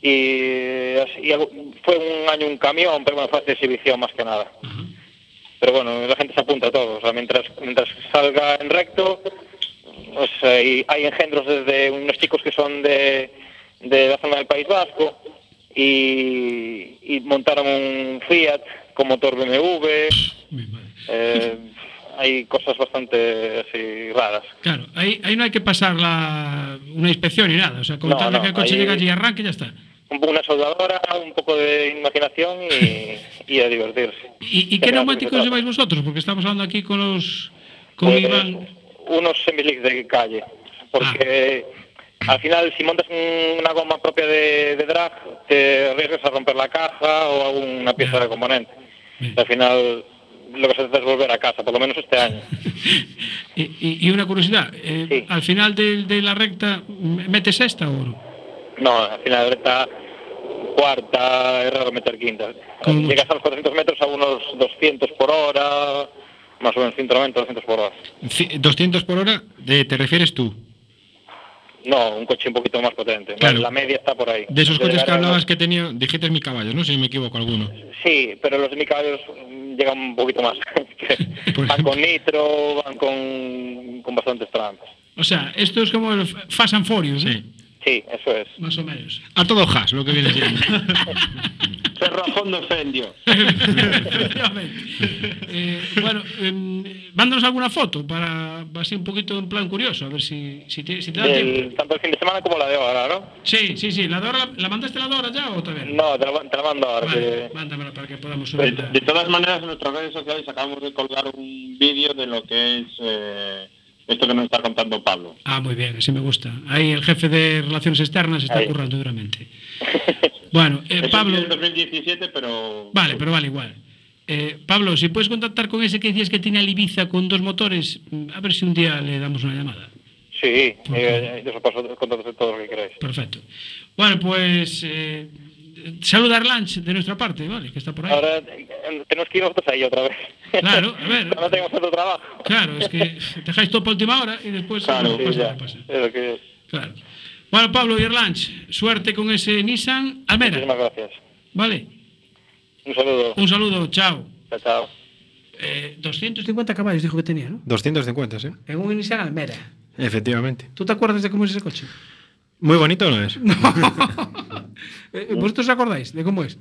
Speaker 15: Y, así- y algo- fue un año un camión, pero bueno, fue de exhibición más que nada. Pero bueno, la gente se apunta a todo. O sea, mientras, mientras salga en recto, o sea, y hay engendros desde unos chicos que son de, de la zona del País Vasco y, y montaron un Fiat con motor BMW. Eh, hay cosas bastante así raras.
Speaker 2: Claro, ahí, ahí no hay que pasar la, una inspección ni nada. O sea, con
Speaker 15: No,
Speaker 2: tal de
Speaker 15: no,
Speaker 2: que el coche
Speaker 15: ahí-
Speaker 2: llegue allí y arranque, ya está.
Speaker 15: Un poco una soldadora, un poco de imaginación y, y a divertirse.
Speaker 2: ¿Y, y
Speaker 15: Que
Speaker 2: qué
Speaker 15: nada, que
Speaker 2: neumáticos
Speaker 15: se
Speaker 2: lleváis vosotros? Porque estamos hablando aquí con los. con
Speaker 15: Pues,
Speaker 2: Iván.
Speaker 15: unos semilic de calle, porque
Speaker 2: Ah.
Speaker 15: al final si montas un- una goma propia de, de drag te arriesgas a romper la caja o a una pieza de componente. Al final lo que se hace es volver a casa, por lo menos este año.
Speaker 2: Y, y- y una curiosidad, eh, al final del- de, la recta, m- ¿metes esta o no?
Speaker 15: No, al final está cuarta, es raro meter quinta.
Speaker 2: Con-
Speaker 15: Llegas a los 400 metros a unos 200 por hora, más o menos 190, 200 por hora.
Speaker 9: Ci- 200 por hora, de- ¿te refieres tú?
Speaker 15: No, un coche un poquito más potente.
Speaker 9: Claro.
Speaker 15: La media está por ahí.
Speaker 9: De esos coches que
Speaker 15: Llegar a unos-
Speaker 9: hablabas que tenía, dijiste mi caballo, ¿no? Si no me equivoco alguno.
Speaker 15: Sí, pero los de mi caballos mm, llegan un poquito más.
Speaker 2: Pues
Speaker 15: van con nitro, van con, con bastantes trampas.
Speaker 2: O sea, esto es como el F- Fast and Furious, ¿eh?
Speaker 15: Sí, eso es.
Speaker 2: Más o menos.
Speaker 9: A todo has, lo que viene siendo.
Speaker 10: Cerrajón de ofendio.
Speaker 2: Eh, bueno, em, mándanos alguna foto para así un poquito en plan curioso, a ver si, si, te, si te da tiempo.
Speaker 15: Del- tanto el fin de semana como la de ahora, ¿no?
Speaker 2: Sí, sí, sí. ¿La, de ahora- la mandaste la de ahora ya o todavía?
Speaker 15: No, te la, te la mando ahora.
Speaker 2: Vale,
Speaker 15: que-
Speaker 2: mándamela para que podamos
Speaker 10: De,
Speaker 2: subirla.
Speaker 10: de todas maneras, en nuestras redes sociales acabamos de colgar un vídeo de lo que es eh, esto que nos está contando Pablo.
Speaker 2: Ah, muy bien, sí me gusta. Ahí el jefe de Relaciones Externas está currando duramente. Bueno, eh,
Speaker 10: Eso
Speaker 2: Pablo,
Speaker 10: es del 2017, pero
Speaker 2: vale, pero vale igual. Eh, Pablo, si puedes contactar con ese que decías que tiene el Ibiza con dos motores, mm, a ver si un día le damos una llamada.
Speaker 15: Sí, eh, yo os paso los contactos de todo lo que queráis.
Speaker 2: Perfecto. Bueno, pues eh, saluda a Arlanch de nuestra parte, ¿vale? Que está por ahí.
Speaker 15: Ahora eh, tenemos que ir nosotros ahí otra vez.
Speaker 2: Claro, a ver.
Speaker 15: no tenemos otro trabajo.
Speaker 2: Claro, es que dejáis todo para última hora y después...
Speaker 15: Claro,
Speaker 2: pasa
Speaker 15: sí, ya.
Speaker 2: lo que pues pasa.
Speaker 15: Es lo que es.
Speaker 2: Claro. Bueno, Pablo y Arlanch, suerte con ese Nissan Almera,
Speaker 15: Muchísimas gracias.
Speaker 2: ¿vale?
Speaker 15: Un saludo.
Speaker 2: Un saludo, chao.
Speaker 15: Chao, chao.
Speaker 2: Eh, 250 caballos dijo que tenía, ¿no?
Speaker 7: 250, sí.
Speaker 2: En un Nissan Almera.
Speaker 7: Efectivamente.
Speaker 2: ¿Tú te acuerdas de cómo es ese coche?
Speaker 7: Muy bonito no es.
Speaker 2: Eh, ¿Vosotros os acordáis de cómo es?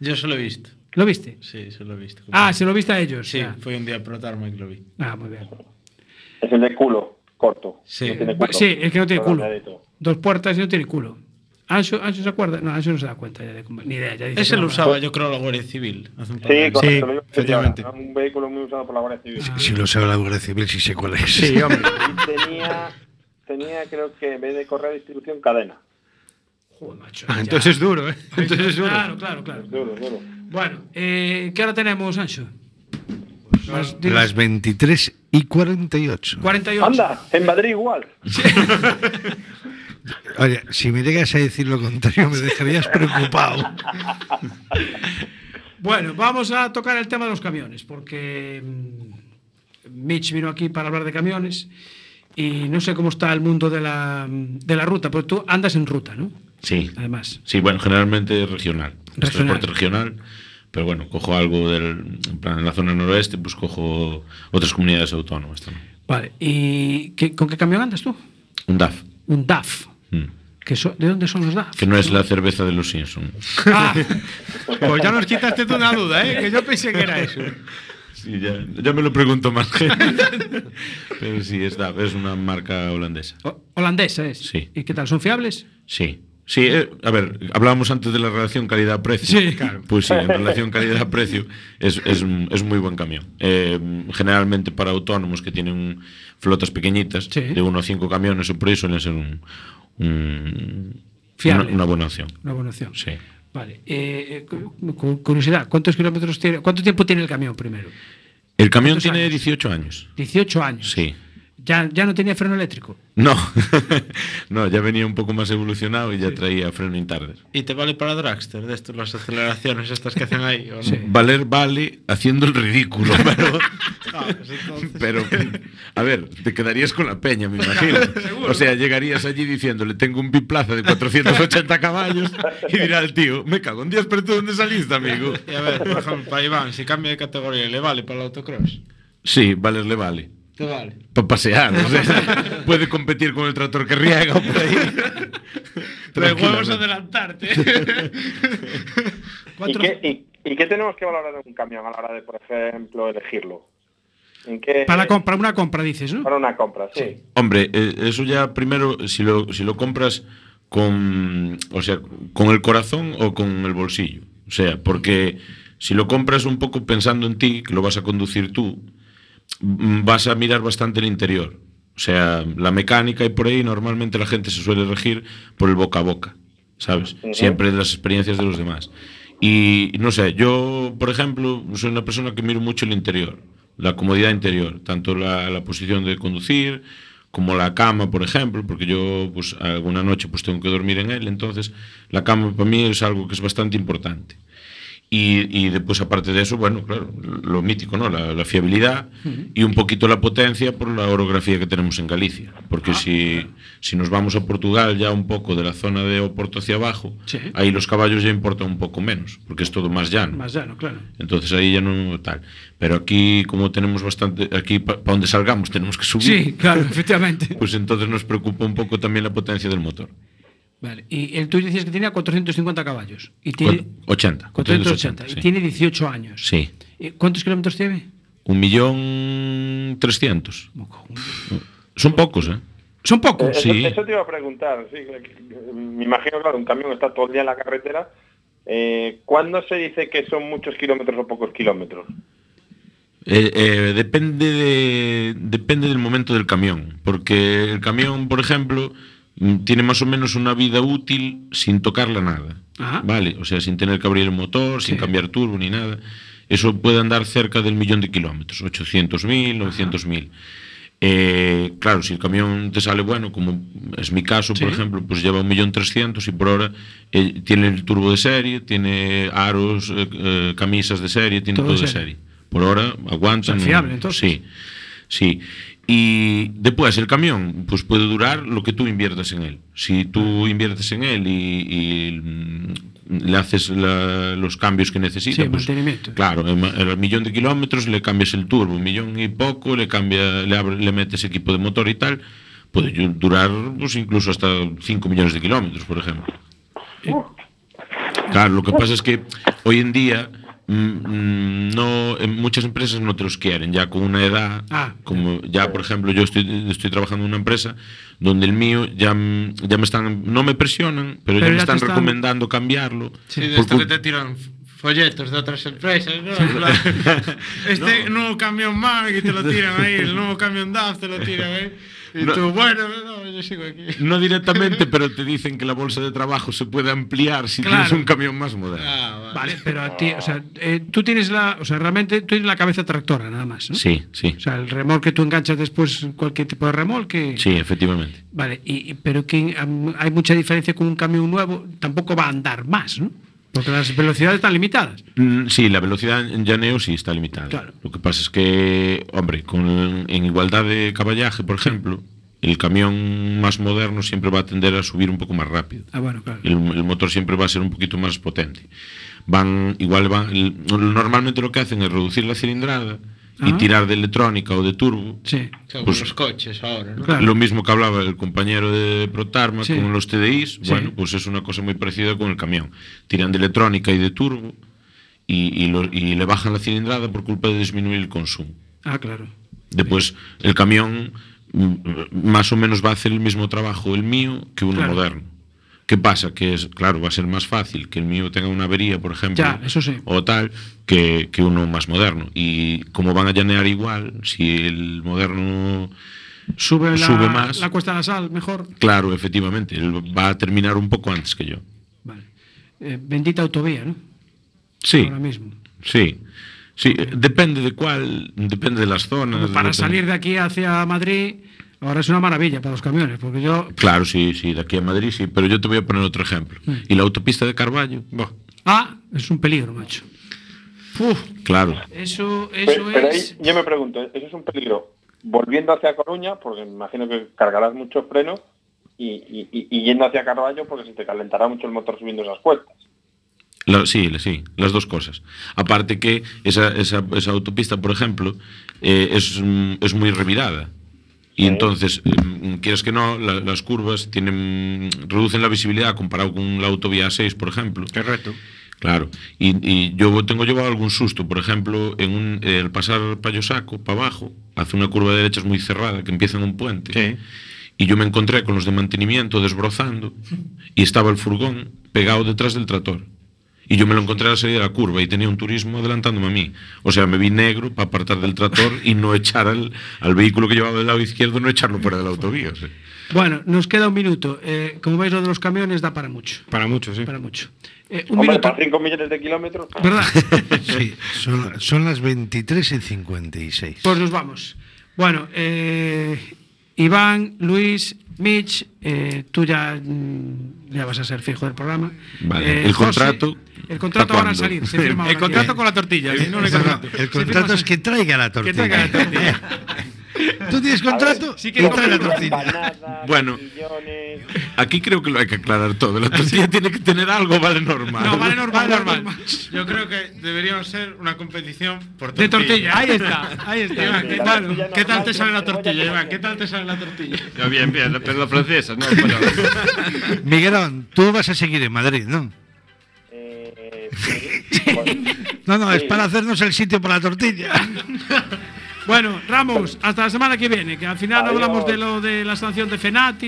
Speaker 7: Yo se lo he visto.
Speaker 2: ¿Lo viste?
Speaker 7: Sí, se lo he visto.
Speaker 2: Ah, se lo viste a ellos.
Speaker 7: Sí,
Speaker 2: ya.
Speaker 7: fue un día pro tarma que lo vi.
Speaker 2: Ah, muy bien.
Speaker 10: es el de culo, corto.
Speaker 7: Sí.
Speaker 10: No tiene
Speaker 2: Ba-
Speaker 10: culo.
Speaker 2: Sí, el que no tiene
Speaker 10: Todo
Speaker 2: culo.
Speaker 10: delgadito.
Speaker 2: Dos puertas y no tiene culo. ¿Ancho, Ancho se acuerda? No, Ancho no se da cuenta ya de cómo. Ni idea. Ya dice
Speaker 7: Ese
Speaker 2: que
Speaker 7: lo
Speaker 2: no.
Speaker 7: usaba,
Speaker 15: Pues-
Speaker 7: yo creo, la Guardia Civil. Hace un par de
Speaker 10: Sí,
Speaker 7: años.
Speaker 10: correcto, lo
Speaker 7: Sí,
Speaker 10: digo que
Speaker 7: efectivamente.
Speaker 10: era Un vehículo muy usado por la Guardia Civil.
Speaker 18: Si lo sabe la Guardia Civil, si sé cuál es.
Speaker 7: Sí, hombre.
Speaker 10: Y tenía, tenía, creo que en vez de correa de distribución, cadena.
Speaker 18: Ah, entonces es duro, ¿eh? Entonces es duro.
Speaker 2: Claro, claro, claro.
Speaker 10: Duro, duro.
Speaker 2: Bueno, eh, ¿qué hora tenemos, Ancho? Las-
Speaker 4: Las 23 y 48.
Speaker 2: 48.
Speaker 10: Anda, en Madrid igual.
Speaker 4: Oye, si me llegas a decir lo contrario, me dejarías preocupado.
Speaker 2: Bueno, vamos a tocar el tema de los camiones, porque mm, Mitch vino aquí para hablar de camiones y no sé cómo está el mundo de la, mm, de la ruta, pero tú andas en ruta, ¿no?
Speaker 5: Sí.
Speaker 2: Además.
Speaker 5: Sí, bueno, generalmente regional. Es
Speaker 2: Regional.
Speaker 5: Transporte regional. Pero bueno, cojo algo del. En plan, en la zona noroeste, pues cojo otras comunidades autónomas también.
Speaker 2: Vale, ¿y qué- con qué camión andas tú?
Speaker 5: Un DAF.
Speaker 2: Un DAF.
Speaker 5: mm,
Speaker 2: que so- ¿De dónde son los DAF?
Speaker 5: Que no es la cerveza de los Simpsons.
Speaker 2: Pues
Speaker 9: Ah, ya nos quitaste tú una duda, ¿eh? Que yo pensé que era eso.
Speaker 5: Sí, ya, ya me lo pregunto más. Pero sí, es DAF, es una marca holandesa.
Speaker 2: Holandesa es.
Speaker 5: Sí.
Speaker 2: ¿Y qué tal? ¿Son fiables?
Speaker 5: Sí. Sí, eh, a ver, hablábamos antes de la relación calidad-precio.
Speaker 2: Sí, claro.
Speaker 5: Pues sí, en relación calidad-precio es, es, un- es muy buen camión. Eh, generalmente para autónomos que tienen flotas pequeñitas, de uno a cinco camiones o por ahí suelen ser un, un-
Speaker 2: Fiable.
Speaker 5: Una, una buena opción.
Speaker 2: Una buena opción.
Speaker 5: Sí.
Speaker 2: Vale. eh, eh, cu- cu- curiosidad, ¿cuántos kilómetros tiene? ¿Cuánto tiempo tiene el camión primero?
Speaker 5: El camión tiene 18 años.
Speaker 2: 18 años.
Speaker 5: Sí.
Speaker 2: Ya, ya no tenía freno eléctrico.
Speaker 5: No, no, ya venía un poco más evolucionado y ya traía freno Intarder.
Speaker 7: ¿Y te vale para Dragster de esto, las aceleraciones estas que hacen ahí? ¿o no?
Speaker 5: Valer vale haciendo el ridículo, pero, pero, a ver, te quedarías con la peña, me imagino. O sea, llegarías allí diciéndole, tengo un biplaza de 480 caballos y dirá el tío, me cago en Dios, pero ¿tú dónde saliste, amigo?
Speaker 7: Y a ver, por ejemplo, para Iván, si cambia de categoría, ¿le vale para el autocross?
Speaker 5: Sí, Valer le vale.
Speaker 7: Te vale.
Speaker 5: Para pasear, o sea, puede competir con el tractor que riega o por ahí.
Speaker 17: De huevos
Speaker 5: Tranquilamente.
Speaker 17: adelantarte.
Speaker 10: ¿Y qué, y- y qué tenemos que valorar de un camión a la hora de, por ejemplo, elegirlo? ¿En qué-
Speaker 2: Para, la compra, una compra, dices, ¿no?
Speaker 10: para una compra, sí.
Speaker 5: Hombre, eh, eso ya primero, si lo, si lo compras con, o sea, con el corazón o con el bolsillo. O sea, porque si lo compras un poco pensando en ti, que lo vas a conducir tú, mm, vas a mirar bastante el interior. O sea, la mecánica y por ahí normalmente la gente se suele regir por el boca a boca, ¿sabes?
Speaker 19: Ujú.
Speaker 5: Siempre las experiencias de los demás. Y no sé, yo, por ejemplo, soy una persona que miro mucho el interior, la comodidad interior, tanto la, la posición de conducir como la cama, por ejemplo, porque yo pues alguna noche pues tengo que dormir en él, entonces la cama para mí es algo que es bastante importante. Y, y después aparte de eso, bueno, claro, lo mítico, ¿no? La, la fiabilidad y un poquito la potencia por la orografía que tenemos en Galicia.
Speaker 2: Ah.
Speaker 5: Porque si, si nos vamos a Portugal ya un poco de la zona de Oporto hacia abajo,
Speaker 2: Sí.
Speaker 5: ahí los caballos ya importan un poco menos, porque es todo más llano.
Speaker 2: Más llano, claro.
Speaker 5: Entonces ahí ya no tal. Pero aquí, como tenemos bastante, aquí para donde salgamos tenemos que subir.
Speaker 2: Sí, claro, efectivamente.
Speaker 5: Pues entonces nos preocupa un poco también la potencia del motor.
Speaker 2: Vale. Y el tuyo decías que tenía 450 caballos. Y tiene
Speaker 5: 80.
Speaker 2: 480. Y tiene 18 años.
Speaker 5: Sí.
Speaker 2: ¿Y ¿Cuántos kilómetros tiene?
Speaker 5: Un millón trescientos. Son pocos, ¿eh?
Speaker 2: Son
Speaker 10: Eh, Eso,
Speaker 5: sí.
Speaker 10: eso te iba a preguntar. sí, que- me imagino, claro, un camión está todo el día en la carretera. Eh, ¿Cuándo se dice que son muchos kilómetros o pocos kilómetros?
Speaker 5: Eh, eh, depende, de, depende del momento del camión. Porque el camión, por ejemplo, mm, tiene más o menos una vida útil sin tocarla nada.
Speaker 2: Ajá.
Speaker 5: Vale, o sea, sin tener que abrir el motor, sin cambiar turbo ni nada. Eso puede andar cerca del millón de kilómetros, 800.000, 900.000. Eh, claro, si el camión te sale bueno, como es mi caso, por ejemplo, pues lleva un millón trescientos y por hora eh, tiene el turbo de serie, tiene aros, eh, eh, camisas de serie, tiene
Speaker 2: Todo
Speaker 5: todo,
Speaker 2: de
Speaker 5: de
Speaker 2: serie.
Speaker 5: serie. Por hora aguanta.
Speaker 2: O sea,
Speaker 5: no-
Speaker 2: fiable, entonces.
Speaker 5: Sí, sí. Y después el camión, pues puede durar lo que tú inviertas en él. Si tú inviertes en él y, y, mm, le haces la- los cambios que necesita,
Speaker 2: Sí,
Speaker 5: pues,
Speaker 2: mantenimiento.
Speaker 5: Claro, en ma- al millón de kilómetros le cambias el turbo, un millón y poco, le cambia, le, abre- le metes equipo de motor y tal, puede ll- durar pues, incluso hasta 5 millones de kilómetros, por ejemplo. Claro, lo que pasa es que hoy en día mm, mm, no, en muchas empresas no te los quieren, ya con una edad,
Speaker 2: Ah.
Speaker 5: como ya por ejemplo yo estoy, estoy trabajando en una empresa donde el mío ya, m- ya me están, no me presionan, pero, ya me
Speaker 7: te
Speaker 5: están, recomendando cambiarlo.
Speaker 7: Sí, de
Speaker 5: por
Speaker 7: esto que
Speaker 5: cul-
Speaker 7: te tiran f- folletos de otras empresas, ¿no? En plan, Este nuevo camión Mac y te lo tiran ahí, el nuevo camión DAF te lo tiran ahí. Y
Speaker 5: No.
Speaker 7: tú, bueno, no, yo sigo aquí.
Speaker 5: No directamente, pero te dicen que la bolsa de trabajo se puede ampliar si
Speaker 2: Claro. Ah,
Speaker 5: tienes un camión más moderno.
Speaker 2: Vale, pero a ti, o sea, eh, tú tienes la, o sea, realmente tú tienes la cabeza tractora nada más, ¿no?
Speaker 5: Sí, sí.
Speaker 2: O sea, el remolque tú enganchas después cualquier tipo de remolque.
Speaker 5: Sí, efectivamente.
Speaker 2: Vale, y, y- pero que am, hay mucha diferencia con un camión nuevo, tampoco va a andar más, ¿no? Porque las velocidades están limitadas.
Speaker 5: Mm, Sí, la velocidad en llaneo sí está limitada. Lo que pasa es que, hombre, con, en igualdad de caballaje, por ejemplo, el camión más moderno siempre va a tender a subir un poco más rápido.
Speaker 2: Ah, bueno, claro.
Speaker 5: El, el motor siempre va a ser un poquito más potente. Van, igual van, el- normalmente lo que hacen es reducir la cilindrada y
Speaker 7: Ah.
Speaker 5: tirar de electrónica o de turbo.
Speaker 2: Sí.
Speaker 7: Son
Speaker 5: Pues-
Speaker 7: los coches ahora, ¿no?
Speaker 5: Lo mismo que hablaba el compañero de Protarma
Speaker 7: Sí.
Speaker 5: con los TDIs,
Speaker 7: Sí.
Speaker 5: bueno, pues es una cosa muy parecida con el camión. Tiran de electrónica y de turbo y, y lo- y le bajan la cilindrada por culpa de disminuir el consumo.
Speaker 2: Ah, claro.
Speaker 5: Después, el camión mm, más o menos va a hacer el mismo trabajo el mío que uno
Speaker 2: Claro.
Speaker 5: moderno. ¿Qué pasa? Que es, claro, va a ser más fácil que el mío tenga una avería, por ejemplo,
Speaker 2: Ya, eso sí.
Speaker 5: o tal, que, que uno más moderno. Y como van a llanear igual, si el moderno
Speaker 2: Sube, la,
Speaker 5: sube más,
Speaker 2: la cuesta de la sal, mejor.
Speaker 5: Claro, efectivamente. Él va a terminar un poco antes que yo.
Speaker 2: Eh, bendita autovía, ¿no?
Speaker 5: Sí,
Speaker 2: Ahora mismo.
Speaker 5: sí. Sí, eh, depende de cuál, depende de las zonas.
Speaker 2: Como para
Speaker 5: depende-
Speaker 2: salir de aquí hacia Madrid, Ahora es una maravilla para los camiones, porque yo.
Speaker 5: Claro, sí, sí, de aquí a Madrid sí, pero yo te voy a poner otro ejemplo.
Speaker 2: Mm.
Speaker 5: Y la autopista de Carballo, buah,
Speaker 2: Ah, es un peligro, macho. Uf,
Speaker 5: claro.
Speaker 2: eso,
Speaker 10: Pero,
Speaker 2: eso
Speaker 10: pero ahí
Speaker 2: es.
Speaker 10: yo me pregunto, ¿eso es un peligro? Volviendo hacia Coruña, porque me imagino que cargarás mucho freno, y, y- y- y yendo hacia Carballo, porque se te calentará mucho el motor subiendo esas cuestas.
Speaker 5: La- sí, la- sí, las dos cosas. Aparte que esa, esa, esa autopista, por ejemplo, eh, es, mm, es muy revirada. Y entonces, mm, quieres que no, la- las curvas tienen mm, reducen la visibilidad comparado con la autovía 6, por ejemplo.
Speaker 20: Correcto.
Speaker 5: Claro. Y, y yo tengo llevado algún susto. Por ejemplo, en un, eh, al pasar Payosaco para abajo, hace una curva de derechas muy cerrada que empieza en un puente. Y yo me encontré con los de mantenimiento desbrozando y estaba el furgón pegado detrás del tractor. Y yo me lo encontré a la salida de la curva y tenía un turismo adelantándome a mí. O sea, me vi negro para apartar del tractor y no echar al, al vehículo que llevaba del lado izquierdo, no echarlo fuera de la autovía. o sea.
Speaker 2: Bueno, nos queda un minuto. Eh, como veis, lo de los camiones da para mucho.
Speaker 20: Para mucho, sí.
Speaker 2: Para mucho. Eh, un
Speaker 10: Hombre,
Speaker 2: minuto.
Speaker 10: para 5 millones de kilómetros.
Speaker 2: ¿Verdad?
Speaker 4: Sí, son, son las 23 y 56.
Speaker 2: Pues nos vamos. Bueno, eh, Iván, Luis, Mitch, eh, tú ya, mm, ya vas a ser fijo del programa.
Speaker 5: Vale,
Speaker 2: Eh,
Speaker 5: el
Speaker 2: José,
Speaker 5: contrato,
Speaker 2: El contrato
Speaker 5: ¿pa'
Speaker 2: ahora a
Speaker 5: cuándo?
Speaker 2: salir. se firma ahora
Speaker 7: El contrato
Speaker 2: aquí.
Speaker 7: con la tortilla,
Speaker 4: ¿eh?
Speaker 7: si no, no hay contrato.
Speaker 4: el contrato es que traiga la tortilla.
Speaker 7: traiga la
Speaker 4: ¿Tú tienes contrato?
Speaker 7: sí
Speaker 4: que trae la tortilla.
Speaker 5: Bueno, aquí creo que lo hay que aclarar todo. La tortilla tiene que tener algo, vale normal.
Speaker 7: No, vale normal, normal. Yo creo que deberíamos ser una competición por
Speaker 2: De
Speaker 7: tortilla.
Speaker 2: tortilla, ahí está, ahí está.
Speaker 7: Iván, ¿qué,
Speaker 2: La
Speaker 7: tal,
Speaker 2: tortilla
Speaker 7: ¿qué tal te
Speaker 2: normal
Speaker 7: sale la
Speaker 2: con cebolla
Speaker 7: tortilla,
Speaker 2: y
Speaker 7: Iván? ¿Qué tal te sale la tortilla?
Speaker 6: Ya, bien, bien, pero la francesa, no española.
Speaker 4: Miguelón, tú vas a seguir en Madrid, ¿no? No, no, es
Speaker 2: Sí.
Speaker 4: para hacernos el sitio para la tortilla.
Speaker 2: Bueno, Ramos, hasta la semana que viene, que al final
Speaker 4: Adiós.
Speaker 2: hablamos de lo de la sanción de Fenati.